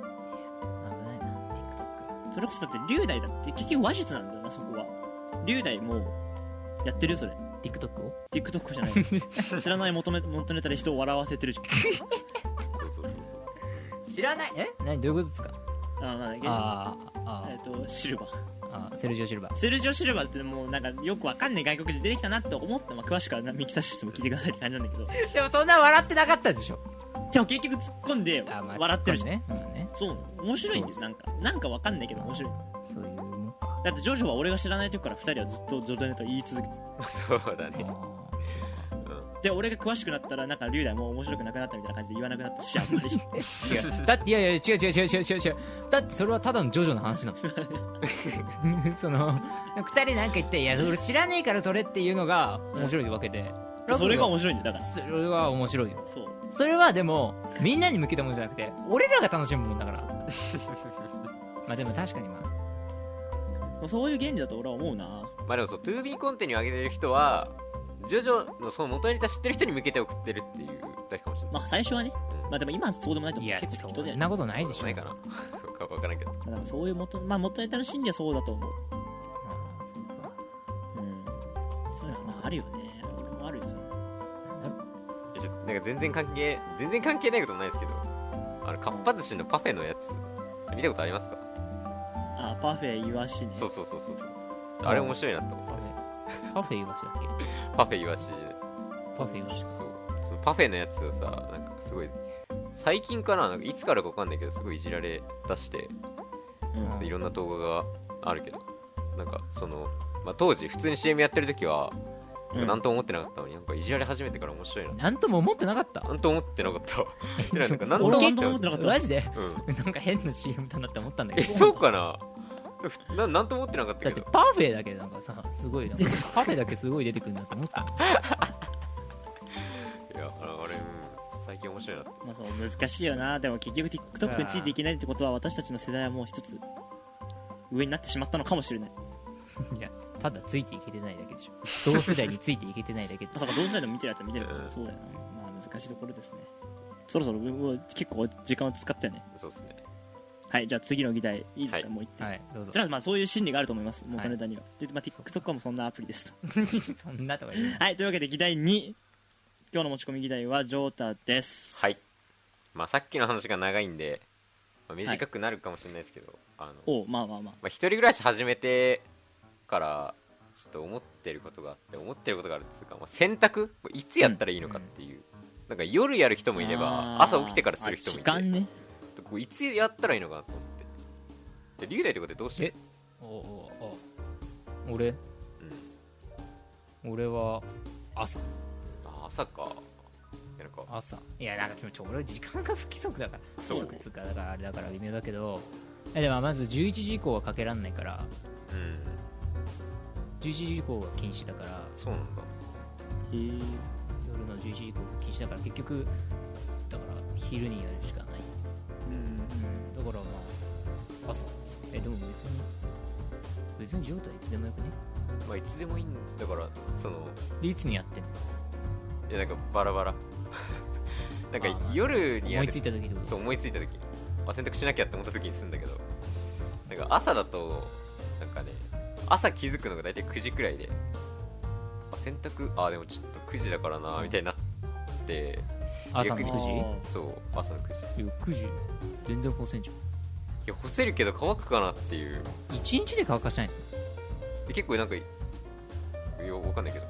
[SPEAKER 3] 危ないな TikTok
[SPEAKER 1] それこそだって龍大だって結局話術なんだよなそこは龍大もやってるよそれ
[SPEAKER 3] TikTok を
[SPEAKER 1] TikTok じゃない 知らない求め元ネタで人を笑わせてるじ
[SPEAKER 2] そうそうそう
[SPEAKER 3] 知らないえ何どういうことですか
[SPEAKER 1] ゃんあのなんだっ
[SPEAKER 3] あーあ
[SPEAKER 1] けえ
[SPEAKER 3] ー
[SPEAKER 1] っとシルバー
[SPEAKER 3] あーセルジオシルバー
[SPEAKER 1] セルジオシルバーってもうなんかよくわかんない外国人出てきたなって思って、まあ、詳しくはなミキサーシステム聞いてくださいって感じなんだけど
[SPEAKER 3] でもそんな笑ってなかったでしょ
[SPEAKER 1] でも結局突っ込んで笑ってるじゃん、
[SPEAKER 3] ね,、まあね
[SPEAKER 1] そうなの面白いんだ
[SPEAKER 3] そう
[SPEAKER 1] よ
[SPEAKER 3] そ
[SPEAKER 1] な
[SPEAKER 3] う
[SPEAKER 1] んかなんかわかんないけど面白い
[SPEAKER 3] そういうもんか
[SPEAKER 1] だってジョジョは俺が知らない時から2人はずっとジョジョネタ言い続けて
[SPEAKER 2] そうそうだね
[SPEAKER 3] あ
[SPEAKER 1] で俺が詳しくなったらなんか龍大もう面白くなくなったみたいな感じで言わなくなったしあん まり
[SPEAKER 3] ー違うだっていやいや違う違う違う違う違う違うだってそれはただのジョジョの話なの その二人なんか言っていやそれ知らねえからそれっていうのが面白いわけで、
[SPEAKER 1] それが面白いんだよだか
[SPEAKER 3] それは面白いよ
[SPEAKER 1] らそう
[SPEAKER 3] それはでもみんなに向けたもんじゃなくて俺らが楽しむもんだ からまあでも確かにまあ
[SPEAKER 1] まあそういう原理だと俺は思うな
[SPEAKER 2] まあでもそう 2B コンテに上げてる人はジョジョのその元ネタ知ってる人に向けて送ってるっていうだけかもしれない、
[SPEAKER 1] まあ最初はねまあでも今はそうでもないと
[SPEAKER 3] い
[SPEAKER 1] 思う
[SPEAKER 3] や
[SPEAKER 1] 結構適当だ
[SPEAKER 3] そ
[SPEAKER 1] よ
[SPEAKER 3] ん
[SPEAKER 1] ね
[SPEAKER 3] なことないでし
[SPEAKER 2] そ
[SPEAKER 3] ょ
[SPEAKER 2] うないかな よくわからんけど
[SPEAKER 1] だからそういう元,、まあ、元ネタの心理はそうだと思う
[SPEAKER 3] あーそうか
[SPEAKER 1] うんそういうのはあるよね俺もあるよ
[SPEAKER 2] えちょなんか全然関係全然関係ないこともないですけどあのかっぱ寿司のパフェのやつ見たことありますか
[SPEAKER 1] あパフェイワシね
[SPEAKER 2] そうそうそうそうそうあれ面白いなと思
[SPEAKER 3] パ
[SPEAKER 2] っ
[SPEAKER 3] フ
[SPEAKER 2] て
[SPEAKER 3] ェパフェイワシだっけ
[SPEAKER 2] パフェイワシ
[SPEAKER 3] パフェイワシ
[SPEAKER 2] そうそのパフェのやつをさなんかすごい最近かななんかいつからかわかんないけどすごいいじられ出して
[SPEAKER 1] うん
[SPEAKER 2] いろんな動画があるけどなんかその、まあ、当時普通に CM やってる時は
[SPEAKER 1] うん
[SPEAKER 2] なんとも思ってなかったのになんかいじられ始めてから面白いな
[SPEAKER 3] なんとも思ってなかった
[SPEAKER 2] なんとも思ってなかった いやなんかなんとも
[SPEAKER 1] 俺
[SPEAKER 2] 思
[SPEAKER 1] もなんとも思
[SPEAKER 2] ってな
[SPEAKER 1] ってなか
[SPEAKER 2] かっ
[SPEAKER 1] った
[SPEAKER 3] マジで
[SPEAKER 2] た、うん、
[SPEAKER 3] なんか変な CM だなって思ったんだけ
[SPEAKER 2] え
[SPEAKER 3] ど
[SPEAKER 2] そうかなふななんとも思ってなかった
[SPEAKER 3] だ
[SPEAKER 2] け
[SPEAKER 3] って
[SPEAKER 2] ど
[SPEAKER 3] パフェだけなんかさすごいなんかパフェだけすごい出てくるなって思った
[SPEAKER 2] いやあのあれ、うん、最近面白いなって
[SPEAKER 1] まあそう難しいよなでも結局 TikTok についていけないってことは私たちの世代はもう一つ上になってしまったのかもしれない
[SPEAKER 3] いやただついていけてないだけでしょ同世代についていけてないだけで
[SPEAKER 1] まさか同世代でも見てるやつは見てるからそうだよなまあ難しいところですねそろそろもう結構時間を使ったよね
[SPEAKER 2] そうっすね
[SPEAKER 1] はいじゃあ次の議題いいですか、
[SPEAKER 2] はい
[SPEAKER 1] もう一点
[SPEAKER 3] はいどうぞ
[SPEAKER 1] とりあえずまあそういう心理があると思います元ネタには、で、まあ、TikTok はもうそんなアプリですと
[SPEAKER 3] そんなとか言うな
[SPEAKER 1] はいというわけで議題2今日の持ち込み議題はジョータです
[SPEAKER 2] はい、まあ、さっきの話が長いんで、まあ短くなるかもしれないですけど、あの
[SPEAKER 1] おうまあまあまあ
[SPEAKER 2] まあ、一人暮らし始めてからちょっと思ってることがあって思ってることがあるっていうか、まあ、洗濯これいつやったらいいのかっていう、なんか夜やる人もいれ
[SPEAKER 1] あ
[SPEAKER 2] ば
[SPEAKER 1] ー
[SPEAKER 2] 朝起きてからする人もい
[SPEAKER 1] あ時間
[SPEAKER 2] て
[SPEAKER 1] ね
[SPEAKER 2] こういつやったらいいのかなと思ってで龍大とかってどうしてる、
[SPEAKER 3] おうおうおう俺
[SPEAKER 2] うん
[SPEAKER 3] 俺は朝
[SPEAKER 2] あ朝かなんか
[SPEAKER 3] 朝いやなんかちょちょ俺時間が不規則だから不
[SPEAKER 2] そう
[SPEAKER 3] 規則っつうかだからあれだから微妙だけどいやでもまず11時以降はかけらんないから
[SPEAKER 2] うん
[SPEAKER 3] 11時以降は禁止だから
[SPEAKER 2] そうなんだ
[SPEAKER 1] へー
[SPEAKER 3] 夜の11時以降禁止だから結局だから昼にやるしかない、うん、だからまあ朝えでも別に別に状態いつでもよくね
[SPEAKER 2] まあいつでもいいんだからその
[SPEAKER 3] でいつにやってんの
[SPEAKER 2] いやなんかバラバ ラなん
[SPEAKER 3] あーま
[SPEAKER 2] か
[SPEAKER 3] あ
[SPEAKER 2] 夜にや
[SPEAKER 3] 思
[SPEAKER 2] る
[SPEAKER 3] いついた時ってこと
[SPEAKER 2] そう思いついた時にあ洗濯しなきゃって思った時にするんだけどなんか朝だとなんかね朝気づくのが大体9時くらいであ洗濯あでもちょっと9時だからなみたいになって
[SPEAKER 3] 朝
[SPEAKER 2] 逆
[SPEAKER 3] の
[SPEAKER 2] に
[SPEAKER 3] 9
[SPEAKER 2] そう朝の9時い
[SPEAKER 3] 時いや9時全然干せんじ
[SPEAKER 2] や干せるけど乾くかなっていう
[SPEAKER 3] ゃん1日で乾かしたいの
[SPEAKER 2] で結構なんかいやうわかんないけど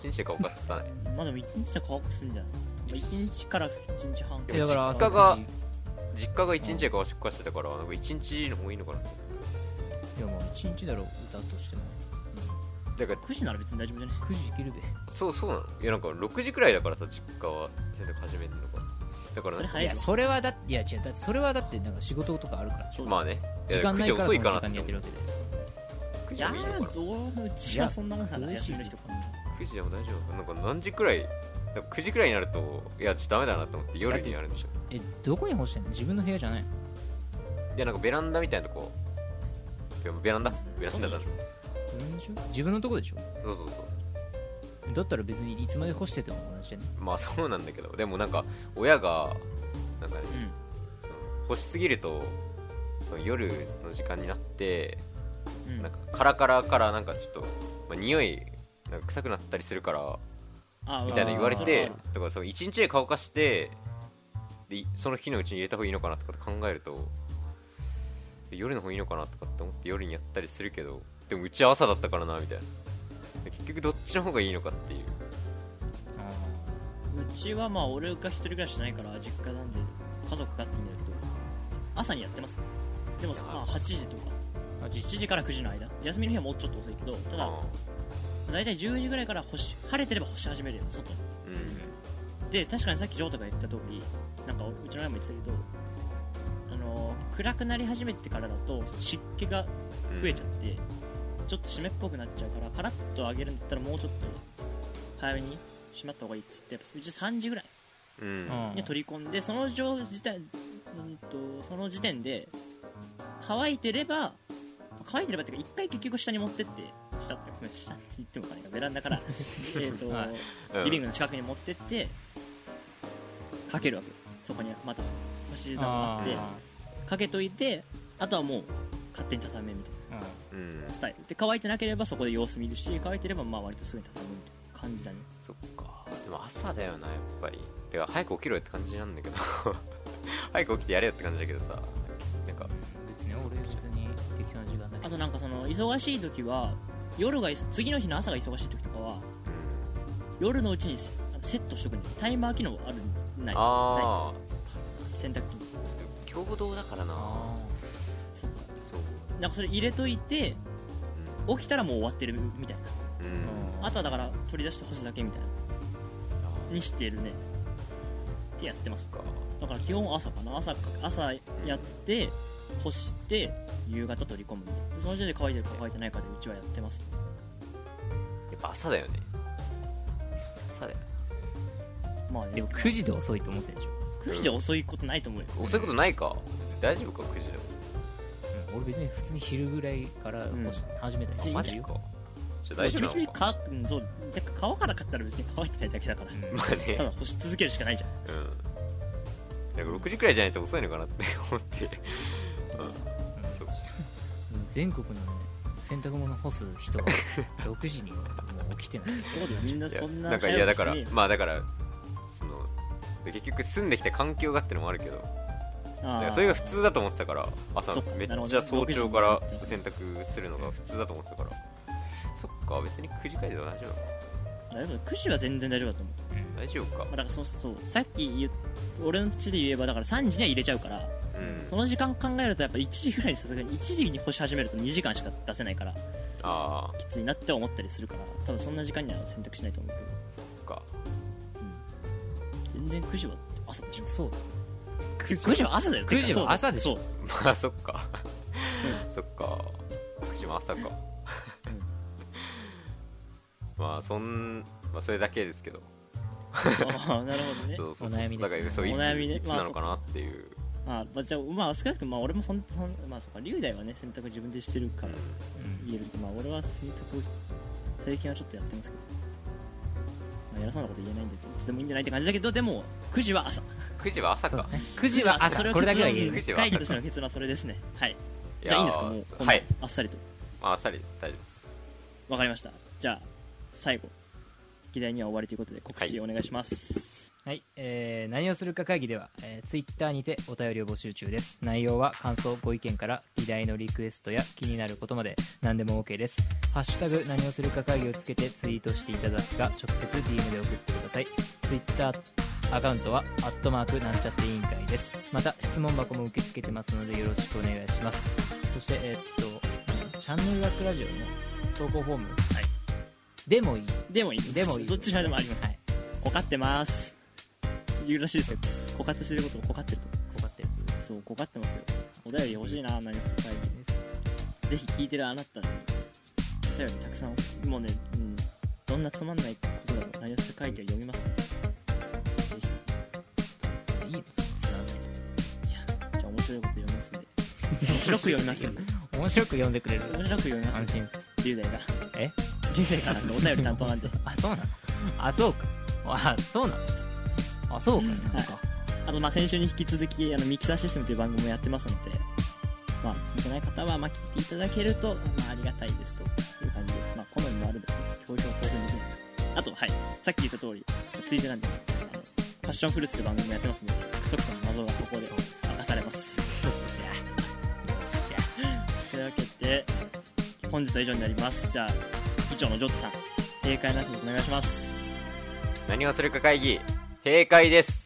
[SPEAKER 2] 1日で乾かさない
[SPEAKER 1] まあでも1日で乾かすんじゃないまあ1日から1日半
[SPEAKER 2] で
[SPEAKER 3] えだから
[SPEAKER 2] 実家
[SPEAKER 3] 朝
[SPEAKER 2] が
[SPEAKER 3] 9時
[SPEAKER 2] 実家が1日で乾かしてたからなんか1日の方がいいのかない
[SPEAKER 3] やもう1日だろ歌としても
[SPEAKER 2] だから
[SPEAKER 1] 9時なら別に大丈夫じゃない
[SPEAKER 3] 9時いけるべ
[SPEAKER 2] そうそうなのいやなんか6時くらいだからさ実家は洗濯始めるのかだから
[SPEAKER 1] それ
[SPEAKER 3] い
[SPEAKER 1] 早
[SPEAKER 3] やそれはだっていや違うだってそれはだってなんか仕事とかあるから
[SPEAKER 1] そう
[SPEAKER 2] まあねいや
[SPEAKER 3] 時間ないから
[SPEAKER 2] 9
[SPEAKER 3] そ
[SPEAKER 2] 時遅い
[SPEAKER 3] の時
[SPEAKER 2] かな
[SPEAKER 3] 間にやってるわ
[SPEAKER 2] 9
[SPEAKER 3] けで
[SPEAKER 1] い
[SPEAKER 2] 時
[SPEAKER 1] や
[SPEAKER 2] でもいいのかな
[SPEAKER 1] ーどうもうちはそんなもんなんだ休みの人か
[SPEAKER 2] 9時でも大丈夫なんか何時くらいなんか9時くらいになるといやちょっとダメだなと思って夜にやるんでしょ
[SPEAKER 3] えどこに干してんの自分の部屋じゃないの
[SPEAKER 2] でなんかベランダみたいなとこいやベランダベランダだぞ
[SPEAKER 3] 自分でしょ自分のとこでしょ
[SPEAKER 2] そうそうそう
[SPEAKER 3] だったら別にいつまで干してても同じじゃね
[SPEAKER 2] まあそうなんだけどでもなんか親がなんかね、
[SPEAKER 1] うん
[SPEAKER 2] その干しすぎるとその夜の時間になって
[SPEAKER 1] うん
[SPEAKER 2] なんかカラカラからなんかちょっと、まあ、匂いなんか臭くなったりするから
[SPEAKER 1] あ
[SPEAKER 2] みたいな言われ
[SPEAKER 1] そはあ
[SPEAKER 2] て
[SPEAKER 1] る
[SPEAKER 2] だからその1日で乾かしてでいその日のうちに入れた方がいいのかなとかって考えるとで夜の方がいいのかなとかって思って夜にやったりするけどでもうちは朝だったからなみたいなで結局どっちの方がいいのかっていう
[SPEAKER 1] うちはまあ俺が一人暮らしじゃないから実家なんで家族がって言うんだけど朝にやってますでも
[SPEAKER 2] あー
[SPEAKER 1] まあ8時とか
[SPEAKER 3] あ
[SPEAKER 1] 1時から9時の間休みの日はもうちょっと遅いけどただ
[SPEAKER 2] あ
[SPEAKER 1] 大体10時ぐらいから星晴れてれば星始めるよ外
[SPEAKER 2] ーうん
[SPEAKER 1] で確かにさっきジョータが言った通りなんかうちの親も言ってたけどあのー暗くなり始めてからだと湿気が
[SPEAKER 2] うん
[SPEAKER 1] 増えちゃって、ちょっと湿っぽくなっちゃうからカラッと上げるんだったらもうちょっと早めにしまった方がいいっつってやっぱうち3時ぐらい
[SPEAKER 2] うん
[SPEAKER 3] あ
[SPEAKER 1] に取り込んでその状時点、えっと、その時点で乾いてれば乾いてればっていうか一回結局下に持ってって下ってごめん下って言ってもわかんないからベランダからえっと、
[SPEAKER 3] はい
[SPEAKER 2] うん
[SPEAKER 1] リビングの近くに持ってってかけるわけよそこにまた星座があって
[SPEAKER 3] あ
[SPEAKER 1] かけといてあとはもう勝手に畳めみたい
[SPEAKER 2] う
[SPEAKER 3] ー
[SPEAKER 2] ん
[SPEAKER 1] なスタイルで乾いてなければそこで様子見るし乾いてればまあ割とすぐに畳むみたいな感じだね
[SPEAKER 2] そっかでも朝だよなやっぱりてか早く起きろよって感じなんだけど 早く起きてやれよって感じだけどさなんか
[SPEAKER 3] 別に俺別に適当な時間だけ
[SPEAKER 1] あ
[SPEAKER 3] ど
[SPEAKER 1] となんかその忙しい時は夜がい次の日の朝が忙しい時とかは
[SPEAKER 2] うん
[SPEAKER 1] 夜のうちにセあのセットしとくんだよタイマー機能あるないな
[SPEAKER 2] ああ
[SPEAKER 1] い洗濯機に
[SPEAKER 2] 共同だからな
[SPEAKER 3] あ
[SPEAKER 1] そっか
[SPEAKER 2] そう
[SPEAKER 1] なんかそれ入れといて起きたらもう終わってるみたいな
[SPEAKER 2] うん、う
[SPEAKER 3] ー
[SPEAKER 2] ん、
[SPEAKER 1] あとはだから取り出して干すだけみたいなにしてるねってやってます
[SPEAKER 2] か
[SPEAKER 1] だから基本朝かな朝か朝やって干して夕方取り込むみたいなでその時点で乾いてるか乾いてないかでうちはやってます
[SPEAKER 2] やっぱ朝だよね朝だよ
[SPEAKER 1] まあね
[SPEAKER 3] で
[SPEAKER 1] で
[SPEAKER 3] も
[SPEAKER 1] も
[SPEAKER 3] 9時で遅いと思ってるでしょ、
[SPEAKER 1] 9時で遅いことないと思うよ
[SPEAKER 2] 遅いことないか大丈夫か9時でも
[SPEAKER 3] 俺別に普通に昼ぐらいから干し始めたり
[SPEAKER 1] うん
[SPEAKER 3] して
[SPEAKER 1] マジ
[SPEAKER 3] るよ、
[SPEAKER 2] かじゃあ大丈夫
[SPEAKER 1] ちびち
[SPEAKER 2] な
[SPEAKER 1] び
[SPEAKER 2] のか
[SPEAKER 1] 乾くうんそうてか乾かなかったら別に乾いてないだけだから、
[SPEAKER 3] うん
[SPEAKER 2] まあ ね
[SPEAKER 1] ただ干し続けるしかないじゃん
[SPEAKER 2] うんなんか6時くらいじゃないと遅いのかなって思ってうんそう
[SPEAKER 3] 全国の、ね、洗濯物干す人 は6時にはもう起きてない
[SPEAKER 1] そうだよみんない
[SPEAKER 2] や
[SPEAKER 1] そんな
[SPEAKER 2] なんかいやだから
[SPEAKER 1] 早起きしね
[SPEAKER 2] まあだからそので結局住んできた環境がってのもあるけど
[SPEAKER 1] えよ
[SPEAKER 2] だ
[SPEAKER 1] あ
[SPEAKER 2] か
[SPEAKER 1] ー
[SPEAKER 2] らそれが普通だと思ってたから朝
[SPEAKER 1] そっか
[SPEAKER 2] めっ
[SPEAKER 1] なるほ
[SPEAKER 2] ちゃ
[SPEAKER 1] ど
[SPEAKER 2] 早朝から
[SPEAKER 1] 6時に
[SPEAKER 2] そう洗濯するのが普通だと思ってたからそっか別に9時くらいでは大丈夫なの
[SPEAKER 1] 大丈夫9時は全然大丈夫だと思う、
[SPEAKER 2] 大丈夫
[SPEAKER 1] ま
[SPEAKER 2] か
[SPEAKER 1] あ、だからそうそうさっき言っ俺の地で言えばだから3時には入れちゃうから
[SPEAKER 2] うん
[SPEAKER 1] その時間考えるとやっぱ1時ぐらいにさすがに1時に干し始めると2時間しか出せないから
[SPEAKER 2] ああ
[SPEAKER 1] きついなって思ったりするから多分そんな時間には選択しないと思う
[SPEAKER 2] そっか
[SPEAKER 1] けど、全然9時は朝でしょ
[SPEAKER 3] そう
[SPEAKER 1] 9時は朝だよ
[SPEAKER 3] 9時は朝でしょ
[SPEAKER 1] そう
[SPEAKER 2] まあそっか、そっか9時も朝か、 まあそん、まあ、それだけですけど
[SPEAKER 1] そうああなるほどね
[SPEAKER 2] そうそうそう
[SPEAKER 3] お悩みで
[SPEAKER 2] だ
[SPEAKER 3] す
[SPEAKER 2] か
[SPEAKER 3] ね
[SPEAKER 2] らそういつ
[SPEAKER 1] お悩みね
[SPEAKER 2] いつ
[SPEAKER 1] まあ
[SPEAKER 2] なのかなっていう、
[SPEAKER 1] まあ、まあ、じゃあまあ少なくともまあ俺もそんそんまあそうか龍大はね選択自分でしてるか
[SPEAKER 2] う
[SPEAKER 1] ら
[SPEAKER 2] ん
[SPEAKER 1] 言えるけどまあ俺は選択最近はちょっとやってますけどまあ偉そうなこと言えないんでいつでもいいんじゃないって感じだけどでも9時は朝
[SPEAKER 2] 9時は朝
[SPEAKER 3] そう
[SPEAKER 2] か
[SPEAKER 3] だね9時は朝
[SPEAKER 1] それ
[SPEAKER 3] これだけは言え
[SPEAKER 1] 結
[SPEAKER 3] る
[SPEAKER 1] 論
[SPEAKER 2] 9時は朝
[SPEAKER 1] 会議としての結論はそれですねはい
[SPEAKER 2] い
[SPEAKER 1] じゃ
[SPEAKER 2] やー
[SPEAKER 1] あいいんですかもうこんな
[SPEAKER 2] はい、
[SPEAKER 1] あっさりと
[SPEAKER 2] まあ、あっさり大丈夫です
[SPEAKER 1] わかりましたじゃあ最後議題には終わりということで告知お願いします、
[SPEAKER 3] はい、えー何をするか会議では、えー、ツイッターにてお便りを募集中です内容は感想ご意見から議題のリクエストや気になることまで何でも OK ですハッシュタグ何をするか会議をつけてツイートしていただくか直接 DM で送ってくださいツイッターアカウントはアットマークなんちゃって委員会ですまた質問箱も受け付けてますのでよろしくお願いしますそしてえーっとチャンネルラックラジオの投稿フォーム、でもいい
[SPEAKER 1] でもいい
[SPEAKER 3] でもいい
[SPEAKER 1] どちらでもあります、
[SPEAKER 3] はい
[SPEAKER 1] こかってます言うらしいですよ枯渇してることもこかってる
[SPEAKER 3] こかってる
[SPEAKER 1] とそうこかってますよお便り欲しいな何する会議ぜひ聞いてるあなたにお便りたくさん送ってもうね、うん、どんなつまんないことでも何をする会議は読みますんでぜひいや
[SPEAKER 3] いいのつまんない
[SPEAKER 1] じゃあ面白いこと読みますんで面白く読みますんで
[SPEAKER 3] 面白く読んでくれる
[SPEAKER 1] 面白く読みますん
[SPEAKER 3] 安
[SPEAKER 1] で龍
[SPEAKER 3] 心
[SPEAKER 1] 大が
[SPEAKER 3] え
[SPEAKER 1] 龍大からのお便り担当なんで
[SPEAKER 3] あそうなのあそうかあそうなのあそうかなんか
[SPEAKER 1] あとまあ先週に引き続きあのミキサーシステムという番組もやってますので、まあ、聞いてない方はまあ聞いていただけると、まあ、ありがたいですという感じです。まあ、好みもあるので、投票は当然できないです。あと、はい、さっき言った通り、ちょっとついでなんで、あのファッションフルーツという番組もやってますので、TikTok の謎がここで
[SPEAKER 3] そう
[SPEAKER 1] 明かされます。
[SPEAKER 3] よっしゃよっしゃ
[SPEAKER 1] というわけで、本日は以上になります。じゃあ、議長のジョーズさん、閉会の挨拶お願いします。
[SPEAKER 2] 何をするか会議、閉会です。